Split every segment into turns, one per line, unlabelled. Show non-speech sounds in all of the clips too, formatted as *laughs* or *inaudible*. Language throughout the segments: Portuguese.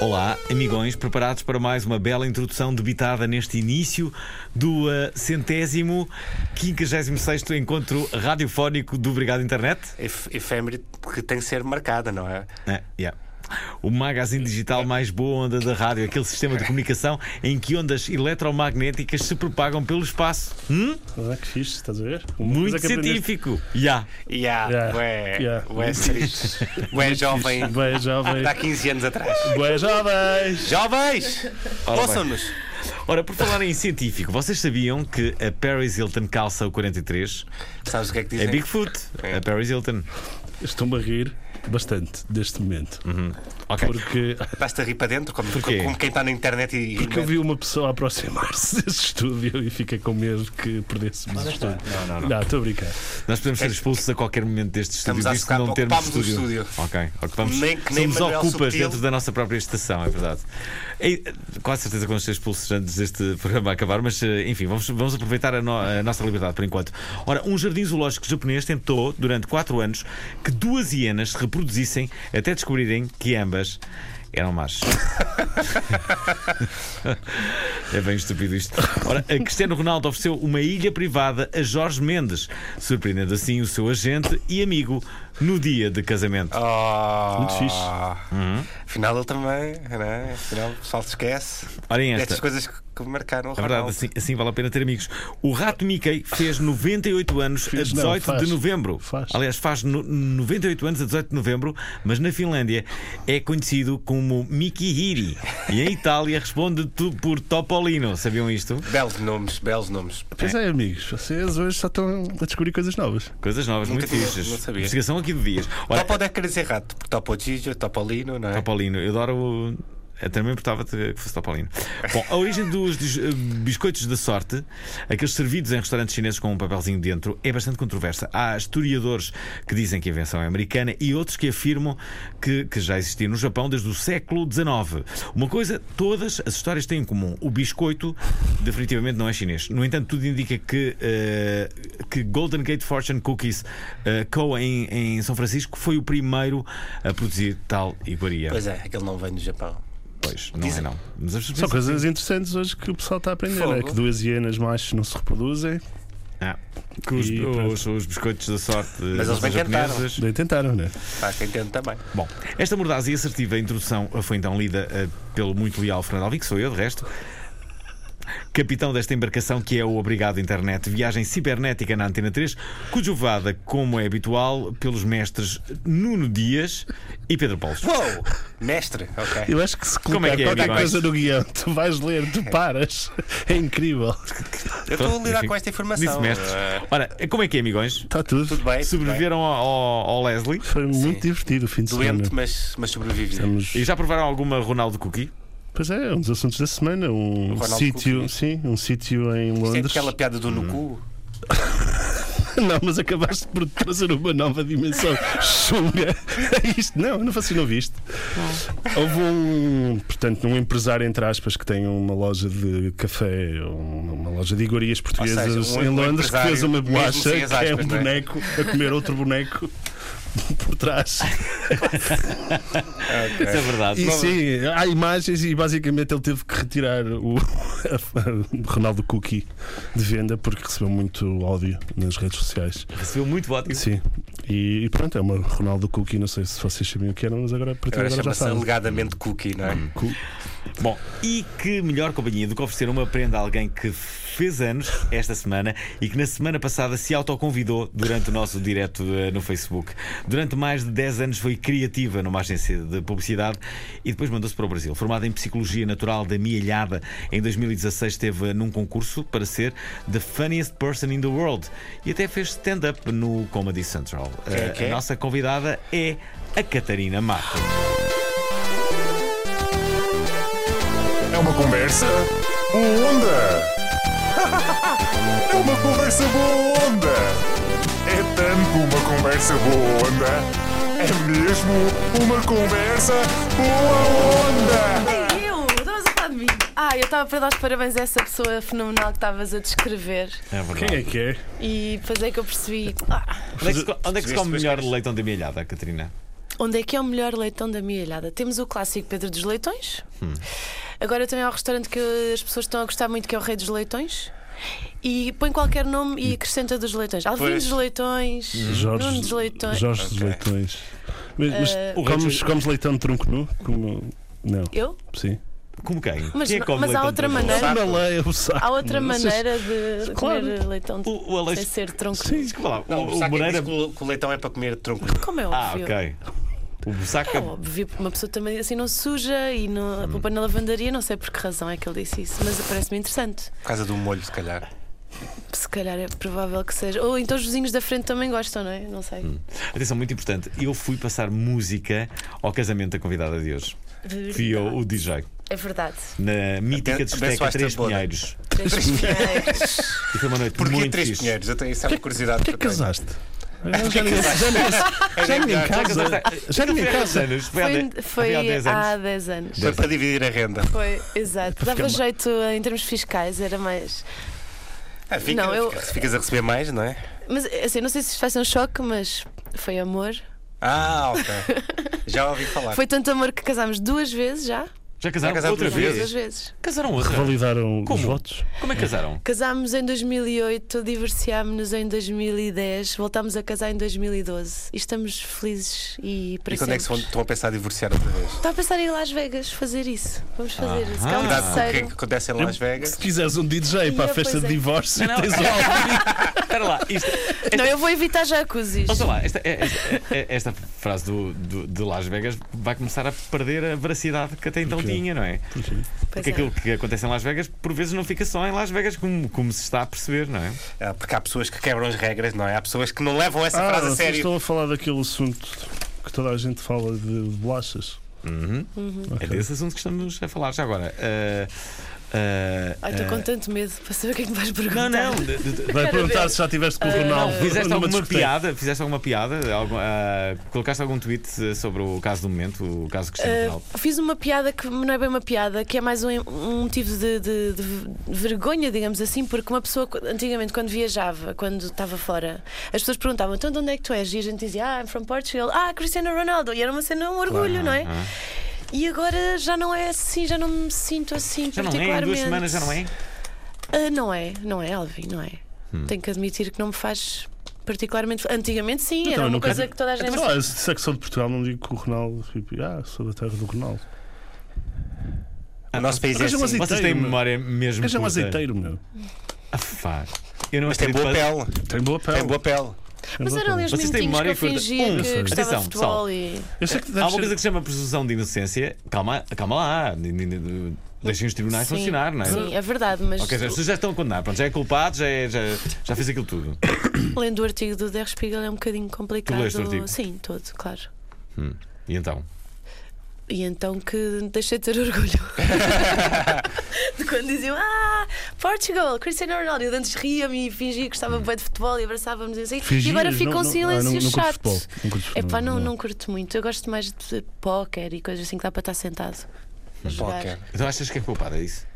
Olá, amigões, preparados para mais uma bela introdução debitada neste início do ah, centésimo, quinquagésimo sexto encontro radiofónico do Obrigado Internet?
Ef- efêmera que tem que ser marcada, não é?
É, yeah. O magazine digital mais boa onda da rádio, aquele sistema
*laughs*
de comunicação em que ondas eletromagnéticas se propagam pelo espaço. Hum?
Ah, que fixe, estás a ver? Uma
Muito
coisa que
científico. Yeah.
E há,
Yeah,
ué,
yeah.
ué, triste. Ué, jovem, Tá
aprendeste. Bem, jovens.
de há 15 anos atrás.
Bem, jovens.
Jovens! Ouçam-nos!
Ora, por falar em científico, vocês sabiam que a Paris Hilton calça o 43?
Sabes o que é que
É
dizem?
Bigfoot, a Paris Hilton.
Estou-me a rir bastante deste momento.
Ok.
Porque,
Basta rir para dentro, como,
Porquê?
como quem está na internet e.
porque eu vi uma pessoa aproximar-se *laughs* desse estúdio e fiquei com medo que perdêssemos o estúdio. Não, não, não. estou a brincar.
Nós podemos ser expulsos a qualquer momento deste estúdio.
Estamos a
visto
secar,
não termos
ocupámos o estúdio.
Ok, ocupamos.
Nem que nem
somos
Manuel
ocupas
Subtil.
dentro da nossa própria estação, é verdade. E, eh, com a certeza que vamos ser expulsos antes deste *laughs* programa acabar, mas eh, enfim, vamos, vamos aproveitar a, no- a nossa liberdade por enquanto. Ora, um jardim zoológico japonês tentou, durante 4 anos, que duas hienas se reproduzissem até descobrirem que ambas. Eram machos. *laughs* É bem estúpido isto. Ora, a Cristiano Ronaldo ofereceu uma ilha privada a Jorge Mendes, surpreendendo assim o seu agente e amigo no dia de casamento.
Oh.
Muito fixe.
Uhum.
Afinal, ele também, né? Afinal, o pessoal se esquece.
Olhem esta.
Destas coisas que que marcaram o
É verdade,
Ronaldo.
assim, assim vale a pena ter amigos. O rato Mickey fez 98 anos a
Fez, não,
18
faz.
de novembro.
Faz.
Aliás, faz no- 98 anos a 18 de novembro, mas na Finlândia é conhecido como Mikihiri. E em Itália responde tu- por Topolino. Sabiam isto?
Belos nomes, belos nomes.
Pois é, amigos, vocês hoje só estão a descobrir coisas novas.
Coisas novas,
Nunca
muito
tinha-
fixas.
não sabia.
Investigação aqui de dias. Ora,
Topo deve querer dizer rato, porque Topo Gigio, Topolino, não é?
Topolino, eu adoro o. eu Também importava-te que fosse Topolino. Bom, a origem dos, dos, eh, biscoitos da sorte, aqueles servidos em restaurantes chineses com um papelzinho dentro, é bastante controversa. Há historiadores que dizem que a invenção é americana e outros que afirmam que, que já existia no Japão desde o século XIX. Uma coisa, todas as histórias têm em comum. O biscoito definitivamente não é chinês. No entanto, tudo indica que, eh, que Golden Gate Fortune Cookies eh, Co. Em, em São Francisco foi o primeiro a produzir tal iguaria.
Pois é, aquele não vem do Japão.
Pois, não
Dizem-
é não. Mas as
Só
pessoas-
coisas interessantes hoje que o pessoal está a aprender.
Fogo.
É que duas hienas machos não se reproduzem.
Ah, que os, oh,
E pronto.
os- os biscoitos da sorte.
Mas
das
eles bem
japonesas.
Daí tentaram, não é?
Há quem tente também.
Bom, esta mordaz e assertiva introdução foi então lida eh, pelo muito leal Fernando Alvim, que sou eu, de resto. Capitão desta embarcação que é o Obrigado Internet, viagem cibernética na Antena 3, cojuvada, como é habitual, pelos mestres Nuno Dias e Pedro Paulo.
Uou! Mestre, ok.
Eu acho que se
Como
colocar
é que é,
qualquer
amigos?
coisa no guião, tu vais ler, tu paras. *laughs* É incrível.
Eu estou a lidar com
Disse
esta informação.
mestres.
Ah,
Ora, como é que é, amigões?
Está tudo.
Tudo bem. tudo bem.
Sobreviveram ao, ao- ao Leslie
Foi muito divertido o fim de semana.
Doente, mas, mas sobrevivi.
Estamos...
e já provaram alguma Ronaldo Cookie?
Pois é, um dos assuntos da semana. Um
Ronaldo
sítio,
Cook.
sim, um sítio em
Isto é
Londres.
aquela piada do Nucu.
*laughs* Não, mas acabaste por trazer uma nova dimensão. Chunga! *laughs* É isto? Não, não faço, não viste.
Ah.
Houve um, portanto, um empresário, entre aspas, que tem uma loja de café, uma uma loja de iguarias portuguesas
Ou seja, um-
em
um
Londres, que fez
empresário,
uma
mesmo
bolacha
sem as
que é um
aspas, não é?
boneco a comer outro boneco por trás.
Isso é verdade.
E sim, há imagens e basicamente ele teve que retirar o *laughs* o Ronaldo Cookie de venda porque recebeu muito ódio nas redes sociais.
Recebeu muito voto.
Sim. E, e pronto, é uma Ronaldo Cookie, não sei se vocês sabiam o que era, mas agora a partir de
Agora
agora já
chama-se
sabem.
alegadamente Cookie, não é?
Cu-
Bom, e que melhor companhia do que oferecer uma prenda a alguém que fez anos esta semana e que na semana passada se autoconvidou durante o nosso direto eh, no Facebook. Durante mais de 10 anos foi criativa numa agência de publicidade e depois mandou-se para o Brasil. Formada em Psicologia Natural da Mielhada em 2010, 2016 esteve num concurso para ser The Funniest Person in the World e até fez stand-up no Comedy Central.
é
Uh,
que
A
é?
nossa convidada é a Catarina Marco.
É uma conversa boa onda. *laughs* É uma conversa boa onda. É tanto uma conversa boa onda. É mesmo uma conversa boa onda.
Eu, estavas a falar de mim. Ah, eu estava para dar os parabéns a essa pessoa fenomenal que estavas a descrever.
É verdade.
Quem é que é?
E depois é que eu percebi. ah,
Onde é que, se- onde é que se
Fizeste
come
duas
melhor
caras.
leitão de milhada, Catarina?
onde é que é o melhor leitão da minha ilhada? Temos o clássico Pedro dos Leitões.
Hum.
Agora também há um restaurante que as pessoas estão a gostar muito, que é o Rei dos Leitões. E põe qualquer nome
Hum.
e acrescenta dos leitões. Alvin
Pois.
dos Leitões, Nuno dos Leitões.
Jorge dos
Ok.
Leitões. Mas, mas
Então é- Eh,
comes, comes leitão de tronco nu? Como... Não,
Eu?
sim.
Como quem?
Mas
Quem é que
não-
come
mas há
leitão de
outra
Brasil?
maneira.
Saco.
Baleia, é o saco.
Há outra
Não sei se-
maneira de
Claro.
comer leitão de...
O, o
sem
Alex.
ser tronco.
Sim.
Desculpa lá,
Não,
o, o
sabe quem
Moreira.
diz que o, que o leitão é para comer de tronco.
Como é
Ah,
óbvio.
ok. O saco
É óbvio, uma pessoa também assim não se suja e não, a
Uhum.
poupa na lavandaria, não sei por que razão é que ele disse isso, mas parece-me interessante.
Por causa do molho, se calhar.
Se calhar é provável que seja. Ou então os vizinhos da frente também gostam, não é? Não sei.
Hum. Atenção, muito importante. Eu fui passar música ao casamento da convidada de hoje. Fui eu, o DJ,
É *laughs* verdade.
na mítica
Aben-
discoteca
abençoaste a
Três
boda.
Pinheiros.
Três pinheiros.
E foi uma noite
Porquê
muito
três
fixe.
pinheiros? Eu tenho isso é uma curiosidade.
Porquê que
que eu tenho. é
casaste? Ah, Já ninguém- já ninguém- já ninguém
Porquê
Já
casa.
casaste-
Já ninguém
Foi há
casa.
dez anos, Foi, há
Foi,
de-
foi
foi há 10
há
anos. Hum. é
10 anos.
Foi para dividir a renda.
Foi, exato. Dava
mal.
jeito em termos fiscais, era mais.
Ah, fica,
Não, eu-
fica- ficas a receber mais, não é?
Mas assim, não sei se isto vai ser um choque, mas foi amor.
Ah,
*laughs*
ok. Já ouvi
Ah.
falar.
Foi tanto amor que casámos duas vezes já.
Já casaram
Já casaram
outra
duas
vez?
Duas vezes.
Casaram outra?
Validaram os
Como?
votos?
Como é que casaram?
Casámos em 2008, divorciámos-nos em 2010, voltámos a casar em 2012 e estamos felizes e para
E quando é que se vão-
sempre.
estão a pensar a divorciar outra vez?
Estava a pensar em ir a Las Vegas fazer isso. Vamos fazer isso.
Ah.
Cá
Cuidado
um
com o que é
terceiro.
que acontece em Las Vegas.
Se quiseres um DJ para a
Ia,
festa
pois
de
é.
divórcio,
Não, não.
tens o
um
Alvin.
*laughs* Espera lá, isto.
Não, eu vou evitar jacuzzis.
Ouça lá, esta, é- esta- é- esta frase do, do- de Las Vegas vai começar a perder a veracidade que até então
Ok.
tinha, não é?
Pois
*laughs*
Porque
é.
aquilo que acontece em Las Vegas, por vezes, não fica só em Las Vegas, como, como se está a perceber, não é?
Ah, porque há pessoas que quebram as regras, não é? Há pessoas que não levam essa
Ah,
frase é a
vocês
sério.
estão a falar daquele assunto que toda a gente fala de bolachas.
Uhum. É desse assunto que estamos a falar já agora. Ah,
Ai, estou com tanto medo para saber o que é que me vais perguntar.
não, não. de- de- de-
Vai
Quero
perguntar
ver.
se já estiveste com o
Ah,
Ronaldo.
Fizeste
numa
alguma
discoteca.
piada? Fizeste alguma piada? Algum- ah, colocaste algum tweet eh, sobre o caso do momento, o caso Cristiano
Uh,
Ronaldo?
fiz uma piada que não é bem uma piada, que é mais um, um motivo de, de- de vergonha, digamos assim, porque uma pessoa, antigamente, quando viajava, quando estava fora, as pessoas perguntavam: então de onde é que tu és? E a gente dizia: ah, I'm from Portugal, ah, Cristiano Ronaldo. E era uma cena, um orgulho, não é?
Ah,
E agora já não é assim, já não me sinto assim
Já não é? Em
particularmente.
duas semanas já não é?
Ah, não é, não é, Alvin, não é.
Hum.
Tenho que admitir que não me faz particularmente. Antigamente, sim,
Então,
era
eu
uma
nunca-
coisa que toda a gente.
Então, ah, se disser que sou de Portugal, não digo que o Ronaldo. Tipo, ah, sou da terra do Ronaldo.
O nosso país é
Arranja um
assim.
azeite.
Vocês têm
Azeiteiro, meu.
memória mesmo.
Gajo é um
curta.
azeiteiro, meu.
Ah, fá. Eu não
Mas tem
acredito
boa
que vocês-
pele.
Tem boa pele.
Tem boa pele.
Tem
Mas
boa
eram ali
pele.
um os
Vocês têm
minutinhos que
memória
eu
curta.
fingia
Um,
que gostava
atenção,
de futebol
pessoal.
e.
Eu sei que
Há
deve
uma coisa
ser.
que se chama presunção de inocência. Calma, calma lá. Ni- ni- ni- Deixem os tribunais
Sim,
funcionar, não é?
Sim, é verdade, mas
Ok, as pessoas já estão a condenar, pronto, já é culpado, já, é- já, já fez aquilo tudo.
lendo o artigo do Der Spiegel é um bocadinho complicado.
Tu leste o artigo?
Sim, todo, claro.
E então?
E então que deixei de ter orgulho. de quando diziam Ah, Portugal, Cristiano Ronaldo. Eu antes ria-me e fingia que estava bem de futebol e abraçava-me e assim. E
Fingias?
agora fica
Não,
um
não,
silêncio
ah, não- não curto
chato.
futebol. Não curto futebol,
É pá, não, não curto muito. Eu gosto mais de póquer e coisas assim que dá para estar sentado. a jogar.
Póquer.
Então achas que é culpado, é isso?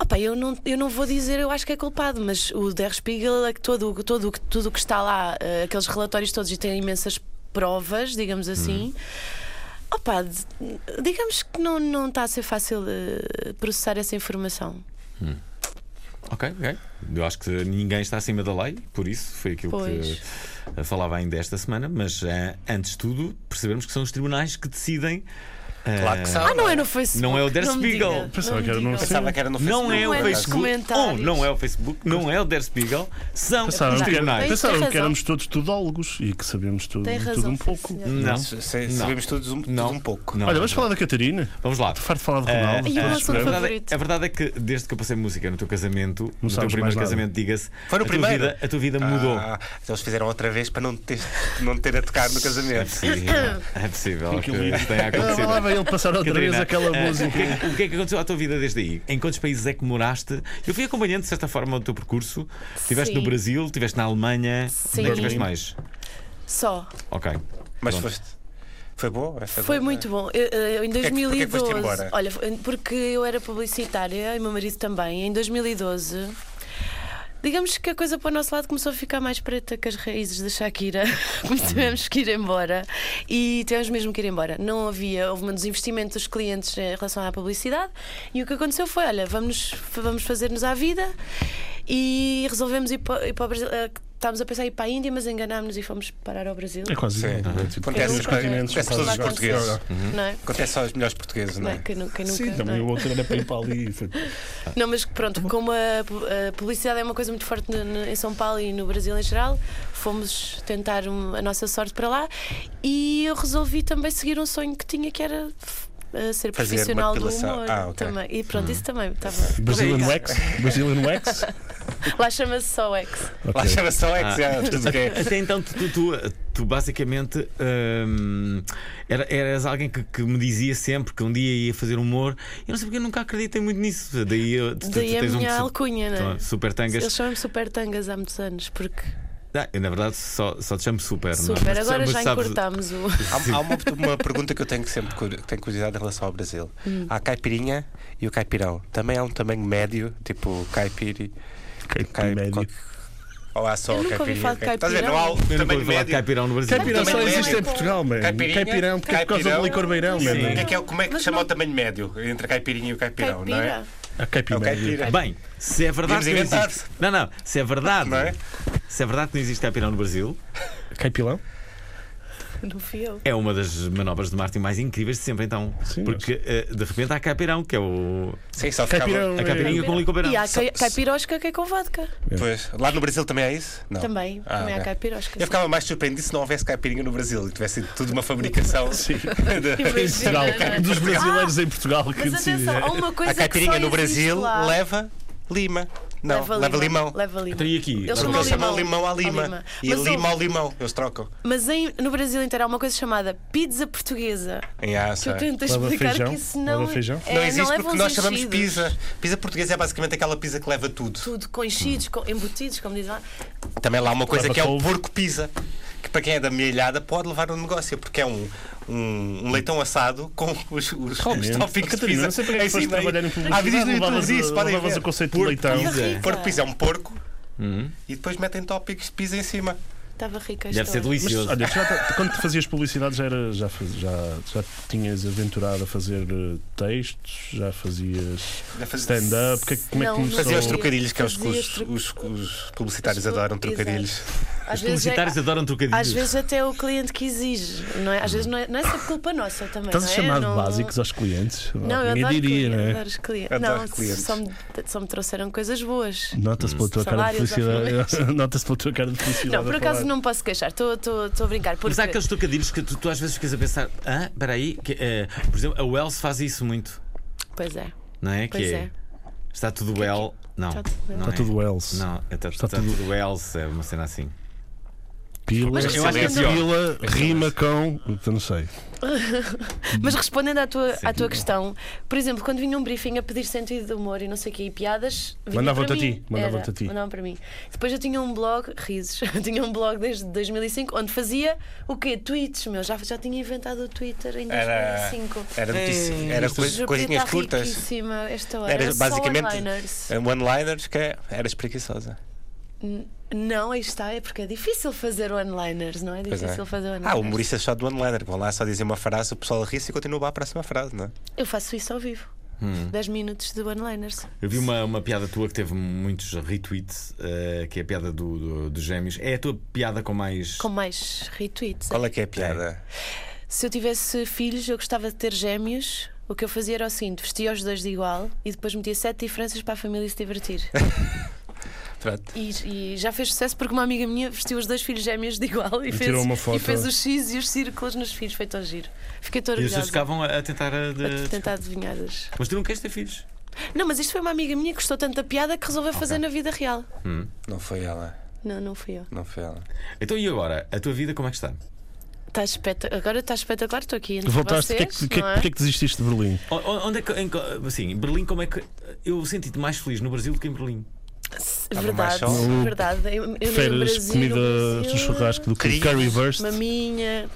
Opa, eu não, eu não vou dizer, eu acho que é culpado, mas o Der Spiegel, é que todo, o- todo, o que- tudo o que está lá, eh, aqueles relatórios todos e tem imensas provas, digamos assim. Opa, d- digamos que não, não está a ser fácil eh, processar essa informação.
Ok, ok. Eu acho que ninguém está acima da lei, por isso foi aquilo
Pois.
que eh, falava ainda esta semana, mas eh, antes de tudo, percebemos que são os tribunais que decidem
Claro que sabe.
Ah, não é no Facebook.
Não é o Der
Não me
Spiegel.
diga,
Pensava
não me
que era
diga.
no
Pensava que era no Facebook.
Não é
Não
o
é nos
Facebook,
comentários.
um, não é o Facebook, não é o Der Spiegel, são os
Pensavam que,
Tens-
tribunais.
pensavam
tens
que
razão.
éramos todos tudólogos e que sabíamos tudo,
Tem
tudo
razão.
um
sim,
pouco.
senhor.
Não,
Se- se-
Não.
Sabemos todos um, tudo
não.
um pouco.
Não.
Olha, vamos falar da Catarina.
Vamos lá.
Estou farto de falar de
Eh,
Ronaldo.
E o
Todos
nosso
a,
esperamos.
favorito?
verdade, a verdade é que desde que eu passei música no teu casamento, no teu
sabes mais
primeiro
nada.
casamento, diga-se,
Foi
a, tua
no primeiro?
vida- a tua vida mudou.
é
Ah, então eles fizeram outra vez para não ter, *laughs* não ter a tocar no
É
casamento.
possível, é possível que
livro.
isso tenha
Ah,
acontecido.
lá vai ele passar outra vez
Catarina,
aquela
eh,
música.
O que, é, que- o que é que aconteceu à tua vida desde aí? Em quantos países é que moraste? Eu fui acompanhando, de certa forma, o teu percurso. Estiveste no
Sim.
Brasil, estiveste na Alemanha. Onde
Sim.
é que estiveste mais?
Só.
Ok.
Mas
Pronto.
foste. Foi boa? é? essa
Foi
coisa?
muito bom. Eu, eu, em
é que- porquê é que
2012.
foste embora?
Olha, foi- porque eu era publicitária e meu marido também. Em 2012. Digamos que a coisa para o nosso lado começou a ficar mais preta que as raízes da Shakira. *laughs*
Uhum.
tivemos que ir embora e tivemos mesmo que ir embora. Não havia, houve um desinvestimento dos clientes em relação à publicidade e o que aconteceu foi: olha, vamos, vamos fazer-nos à vida e resolvemos ir para, ir para o Brasil. Eh, Estávamos a pensar em ir para a Índia, mas enganámos-nos e fomos parar ao Brasil.
É quase
Sim.
idêntico.
Porque essas
nunca-
coisas-
continentes
essas coisas
são
dos
quase iguais.
portugueses.
Não é?
Acontece só aos melhores portugueses, não
Não
é?
é? Quem nu- quem nunca,
Sim, também
não
o
é?
outro era para ir para ali. e foi-
Não, mas pronto, como a, pu- a publicidade é uma coisa muito forte no- no- em São Paulo e no Brasil em geral, fomos tentar um- a nossa sorte para lá e eu resolvi também seguir um sonho que tinha que era f- eh, ser
Fazer
profissional
uma
do
depilação.
humor
Ah, ok.
também. E pronto, isso também estava.
Brazilian Wax? Brazilian Wax?
Lá chama-se só ex.
Lá
Ok.
chama só
Ah.
é que já, tudo o que é.
Até então, tu, tu, tu- tu basicamente hum, era, eras alguém que, que me dizia sempre que um dia ia fazer humor. Eu não sei porque eu nunca acreditei muito nisso. Daí, eu- tu, tu-
Daí
tu
a
tens um
minha
su-
alcunha, né?
Super
Eles
tangas.
chamam-me super tangas há muitos anos, porque
Ah, eu, na verdade, só, só te chamo super. não é?
super.
Mas-
Agora
mas
já
sabes-
encurtámos o.
Há, há uma, uma pergunta que eu tenho que sempre curi- que tenho curiosidade em relação ao Brasil.
Hum.
Há a caipirinha e o caipirão. Também há um tamanho médio, tipo caipiri.
Caipira médio.
qual- Ou há só
Eu nunca ouvi
caipirinha?
falar de
Estás a ver? Não
caipirão.
há o
Eu nunca
tamanho
ouvi falar de
médio.
caipirão no Brasil.
Caipirão só
Também
existe
médio.
em Portugal, man.
Caipirinha?
Caipirão, porque é por causa do
Caipirão?
licor beirão,
Sim.
O que é
man.
que é- como é que
Mas
se chama
não-
o tamanho médio entre a caipirinha e o caipirão, não é?
Caipira.
A caipira
É o
médio.
caipira.
Bem, se é verdade
Podíamos
que não
inventar.
existe. Não, não, se é verdade.
Não é?
Se é verdade que não existe caipirão no Brasil,
Caipilão?
Não fui eu.
é uma das manobras de marketing mais incríveis de sempre, então.
Sim,
Porque eh, de repente há caipirão, que é o.
Sim, só ficava.
Caipirão.
A caipirinha com licoberão.
É E há cai- caipirosca que é com vodka.
Pois, lá no Brasil também há isso? Não.
Também.
Ah,
também há
ok.
caipirosca.
Eu ficava mais surpreendido se não houvesse caipirinha no Brasil e tivesse sido tudo uma fabricação.
Sim.
*laughs* de-
Em Portugal.
Imagina.
Dos brasileiros em Portugal que é.
Mas
decidem.
atenção, há uma coisa
A caipirinha
é que só
no Brasil
existe lá.
leva lima. Não, leva, limão.
Leva limão.
Então, e aqui?
Eles
Leva
Porque
chamam
eles chamam
limão.
limão à
Ao
lima.
lima.
E
Mas
lima
houve-
ao limão, eles trocam.
Mas em- no Brasil inteiro há uma coisa chamada pizza portuguesa.
Em
Que eu
aça.
tento
Tá. Leva
explicar
feijão?
que isso não.
Leva feijão?
É,
não existe
leva
porque
uns
nós chamamos
enchidos.
pizza. Pizza portuguesa é basicamente aquela pizza que leva tudo.
Tudo com enchidos, com embutidos, como dizem lá.
Também lá há uma coisa
Leva
que é o
couve.
porco pizza. Que para quem é da minha ilhada pode levar um negócio, porque é um, um, um leitão assado com os, os, os
Realmente.
toppings de
Catarina,
pizza.
não sei para que
É
foste
sempre aí.
trabalhar em
Há vídeos
publicidade.
no
Levavas,
YouTube disso, podem
levavas
ver.
o conceito de leitão.
Pizza.
Porco pizza é um porco
Uhum.
e depois metem tópicos de pizza em cima.
Estava rica a
Deve ser
história.
Mas
delicioso.
olha, já tá- quando tu fazias publicidade já, era, já, faz- já, já tinhas aventurado a fazer eh, textos, já fazias
Já faz-
stand-up, que- como é que
Não,
começou?
Fazia os
Fazia-
trocadilhos, que é os que
fazia
os,
tro-
os- os publicitários
Os tro-
adoram trocadilhos.
Às
Os
vezes, é-
publicitários adoram trocadilhos.
às vezes até é o cliente que exige. Não é? Às vezes não é, não é sempre culpa nossa também.
Estás a
não é?
chamar de
Não-
básicos aos clientes?
Não, eu
Ninguém
adoro,
diria,
clientes,
não é?
adoro os clientes.
Adoro
não,
clientes.
Só, me, só me trouxeram coisas boas.
Nota-se pela tua cara de
Salários,
felicidade. *laughs* Nota-se pela tua cara de felicidade.
Não, por
a
acaso
falar.
não me posso queixar, estou a brincar. é Porque...
Mas há aqueles trocadilhos que tu, tu às vezes ficas a pensar, ah, espera aí, que, eh, por exemplo, a Wells faz isso muito,
Pois é,
não é?
pois
que
é.
Está tudo well. Não.
Está tudo well.
não
Está
é.
tudo else.
Não, é, está, está
tudo-
tudo Wells, é uma cena assim.
Pila,
Mas
Eu acho que é
respondendo,
pior.
pila rima com. Eu não sei.
mas respondendo à tua, à tua questão, por exemplo, quando vinha um briefing a pedir sentido de humor e não sei o quê, e piadas, vinha
Mandavam-te
para
a ti,
mim.
mandavam-te
Era,
a ti.
Mandavam para mim. Depois eu tinha um blog, risos, *laughs* eu tinha um blog desde 2005 onde fazia o quê? Tweets, meu. Já, já tinha inventado o Twitter em
Era,
2005.
era, notícia-
Ei,
era
isto
cois-
Juro,
coisinhas
está
curtas.
riquíssima Esta hora.
Era
Era só
basicamente-
one-liners.
One-liners que é- era espreguiçosa.
N- Não, aí está, é porque é difícil fazer one-liners, não é?
Pois é.
Difícil fazer one-liners.
Ah, humoristas só do one-liner. que Vão lá só dizer uma frase, o pessoal ri-se e continua para a próxima frase, não é?
Eu faço isso ao vivo.
Hum.
10 minutos de one-liners.
Eu vi uma, uma piada tua que teve muitos retweets, eh, que é a piada do- do- dos gêmeos. É a tua piada com mais.
Com mais retweets.
Qual é que é a piada?
se eu tivesse filhos, eu gostava de ter gêmeos. O que eu fazia era o seguinte: vestia os dois de igual e depois metia sete diferenças para a família
*laughs*
se divertir.
Pronto.
E, e já fez sucesso porque uma amiga minha vestiu os dois filhos gêmeos de igual e,
E
fez,
tirou uma foto.
e fez os X e os círculos nos filhos, feito ao giro. Fiquei tão
E os seus
orgulhosa.
ficavam a a tentar. A
A
de-
tentar adivinhar as.
Mas tu não queres ter filhos?
Não, mas isto foi uma amiga minha que gostou tanto da piada que resolveu fazer na vida real.
Não foi ela.
Não, não fui eu.
Não foi ela.
Hum. Então e agora? A tua vida como é que está?
Tá espeta- Agora está espetacular, estou aqui entre
Voltaste,
vocês.
porque é que, porque é que-
não é?
porque é que desististe de Berlim?
O- o- Onde é que. Em, co- assim, Berlim, como é que. Eu senti-te mais feliz no Brasil do que em Berlim.
Verdade,
mais
sol.
verdade. Eu, eu no
Preferes
Brasil,
comida
no
de
Brasil,
churrasco do que
Queria.
curry burst?
Maminha,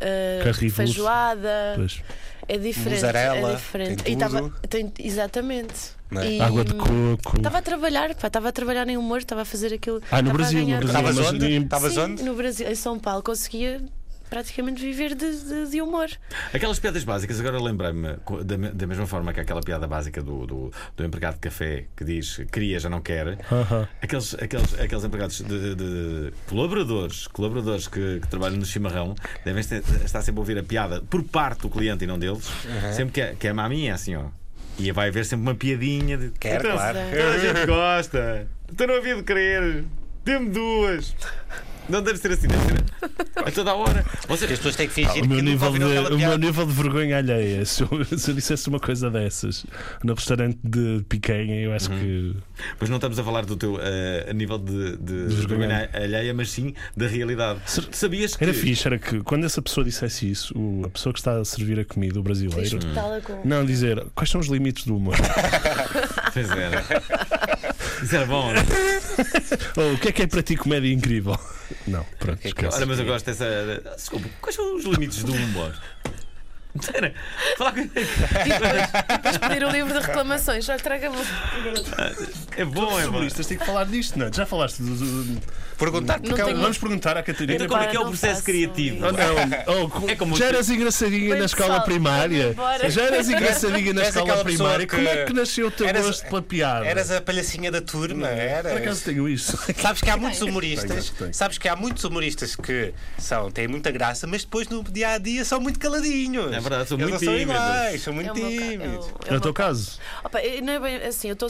ah,
Carrivurso.
feijoada.
Pois.
É diferente.
Mussarela,
é diferente.
tem
E
tudo.
tava- tem- exatamente.
Não é?
E,
Água de
hum,
coco.
Estava a trabalhar, pá, estava a trabalhar em humor, estava a fazer aquilo.
Ah, no
tava a
Brasil, no
ganhar-
Brasil.
Estavas
mas
onde?
em-
Estavas
Sim,
onde?
no Brasil, em São Paulo, conseguia praticamente viver de, de- de humor.
Aquelas piadas básicas, agora lembrei-me co- da, me- da mesma forma que aquela piada básica do, do, do empregado de café que diz queria, já não quer.
Aham.
Aqueles, aqueles, aqueles empregados de, de- colaboradores, colaboradores que, que trabalham no chimarrão devem este- estar sempre a ouvir a piada por parte do cliente e não deles. Sempre que é, que é maminha, assim, ó. E vai haver sempre uma piadinha de.
Quer,
então,
claro.
Toda a gente gosta. Então não havia de querer. Dê-me duas. Não deve ser assim, deve ser. A toda a hora.
As
Vocês,
pessoas têm que
Ah,
fingir
o meu,
que nunca
nível
ouviram
de,
aquela
o meu
piada.
nível de vergonha alheia. Se eu, *laughs* se eu dissesse uma coisa dessas no restaurante de picanha, eu acho que.
Mas não estamos a falar do teu eh, a nível de, de, de vergonha alheia, mas sim da realidade.
Ser-
Tu sabias que.
Era fixe, era que quando essa pessoa dissesse isso, o- a pessoa que está a servir a comida, o brasileiro,
Tala com.
Hum. não dizer quais são os limites
*laughs*
do humor.
Pois era. Isso era bom. é?
Ou o que é que é para ti
*laughs*
comédia incrível? Não, pronto,
é
esquece.
Ora, mas eu gosto dessa. Desculpa, quais são os limites do humor? Espera, falar com.
Pedir o livro de reclamações, olha, traga-me.
É bom, é bom.
Jornalistas têm que falar disto, não? é? Já falaste do. do-
Perguntar
Não
porque é
tenho-
Vamos perguntar à Catarina.
Então, como é que é o
Não
processo
faço.
criativo?
Oh,
*laughs*
não. Oh, co-
É como
já
o-
eras engraçadinha
Bem,
na escola
pessoal,
primária.
vamos embora.
Já eras engraçadinha na
És
escola
aquela pessoa
primária.
que-
Como é que nasceu o teu
Eras-
gosto pela piada?
Eras a palhacinha da turma,
Por
era.
acaso tenho
*laughs*
isso?
Sabes que há muitos humoristas,
Tem, tem.
sabes que há muitos humoristas que são, têm muita graça, mas depois no dia a dia são muito caladinhos.
É verdade, são
Eles
muito
não são
tímidos.
iguais, são muito
É o meu ca- é o-
tímidos.
é o
É o
meu
teu caso.
Opa, eu- não é bem assim, eu, tô,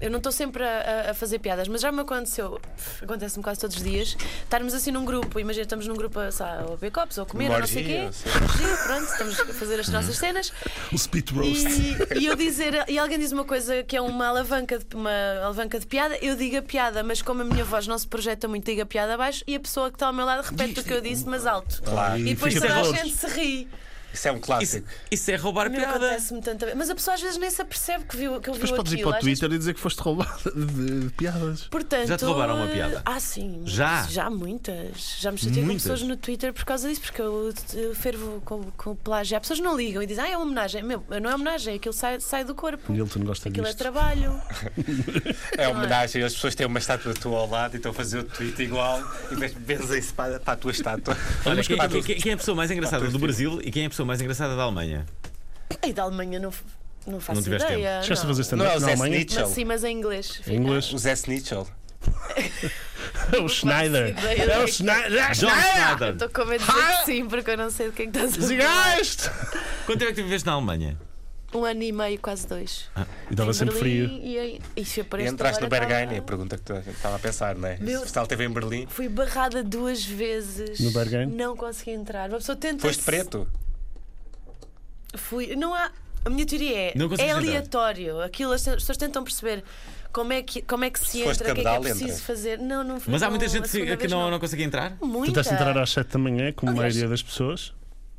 eu não estou sempre a, a- a fazer piadas, mas já me aconteceu, acontece-me quase todos os dias, estarmos assim num grupo, imagina, estamos num grupo a, sei lá, a beber copos, ou a comer, ou não sei o quê,
Orgia, sim.
orgia, pronto, estamos a fazer as nossas cenas,
O spit Uhum. roast.
e, e eu dizer, e alguém diz uma coisa que é uma alavanca, de, uma alavanca de piada, eu digo a piada, mas como a minha voz não se projeta muito, digo a piada abaixo, e a pessoa que está ao meu lado repete o que eu disse, mas alto.
Claro.
E depois
fica
toda a
nervoso.
gente se ri.
Isso é um
Isso,
clássico.
isso é roubar
Não
piada.
acontece-me tanta vez. Mas a pessoa às vezes nem se apercebe que, viu, que ouviu
Depois podes ir
aquilo.
para o
Às vezes
Twitter e dizer que foste roubado de, de piadas.
Portanto,
Já te roubaram uma piada?
Ah, sim.
Já?
Já muitas. Já me chateei com
Muitas?
pessoas no Twitter por causa disso, porque eu, eu fervo com, com plágio. As pessoas não ligam e dizem, ah, é uma homenagem. Meu, não é homenagem, aquilo sai, sai do corpo.
Nilton gosta
Aquilo é
disto.
trabalho.
É uma homenagem, as pessoas têm uma estátua tua ao lado e estão a fazer o tweet igual e depois benzem-se para, para a tua estátua.
Olha, quem,
Para a tua-
quem- quem é a pessoa mais engraçada do Brasil e quem é a pessoa mais engraçada da Alemanha?
Ai, da Alemanha não, f- não faço
Não tiveste
ideia.
Chegaste a
não.
Não é
fazer stand-up
o
na
Zé
Alemanha?
Mas
Snitchell.
sim, mas em inglês.
Em inglês?
O Zé Snitchell.
*laughs* É o Schneider.
ideia.
É o Schneider. É o
John
Schneider.
Schneider.
Estou com medo de dizer
Ah!
que sim, porque eu não sei de quem é que estás a falar.
Zigaste!
Quanto tempo é que tu viveste na Alemanha?
Um ano e meio, quase dois.
Ah,
E estava
é
sempre
Berlim
frio.
E, em- Ixi, eu por
E
esta
entraste no
hora estava-
Berghain, é a pergunta que tu estava a pensar, não é?
Meu-
Se ela esteve em Berlim,
Fui barrada duas vezes.
No Berghain?
Não consegui entrar. Uma pessoa tenta.
foste preto.
Fui. Não há. A minha teoria é.
Não consegues
é
entrar.
aleatório. Aquilo as as pessoas tentam perceber. Como é que, como é que se,
Se foste
entra, o que é que é
cabedal,
preciso
entra.
fazer? Não, não
Mas há
não,
muita
a
gente
segunda
que- que
vez
não, não consegue entrar?
Muita.
Tentaste entrar às 7 da manhã, como a
Aliás-
maioria das pessoas.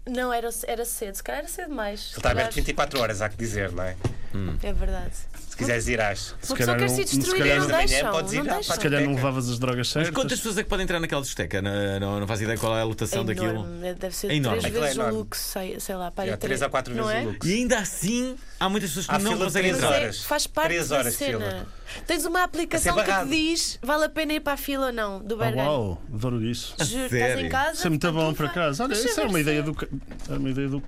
Não, era, era cedo. Se calhar era cedo demais.
Ele está aberto
Se
24 horas, há que dizer, não é?
calhar- É verdade.
Se quiseres ir, às.
calhar
Uma pessoa quer
não-
se
se
destruir
calhar
e não
amanhã
deixam.
podes ir
Não
lá para
deixam.
Se calhar não
Discoteca.
levavas as drogas
Mas
certas. Ah,
quantas pessoas é que podem entrar naquela discoteca? Não, não, não faz ideia qual é a lotação
é
daquilo.
enorme. Deve ser
É enorme.
três
Aquilo
é
vezes o
enorme.
look, sei, sei lá. é Para
Já, É três ou quatro vezes o Lux.
E ainda assim, há muitas pessoas que
Há
não
fila de
conseguem
três
Mas
entrar.
é,
horas.
faz parte
Três
da
horas Tá de
cena.
fila.
Tens uma aplicação
Vai
que
ser
te
barrado.
diz vale a pena ir para a fila ou não, do
Ah,
Bergamo.
uau, adoro isso.
Juro, estás
Sério?
em casa.
Isso é muito bom para casa. Olha,
Deixa
isso era
ver
uma
se-
ideia do. ca- Era uma ideia do.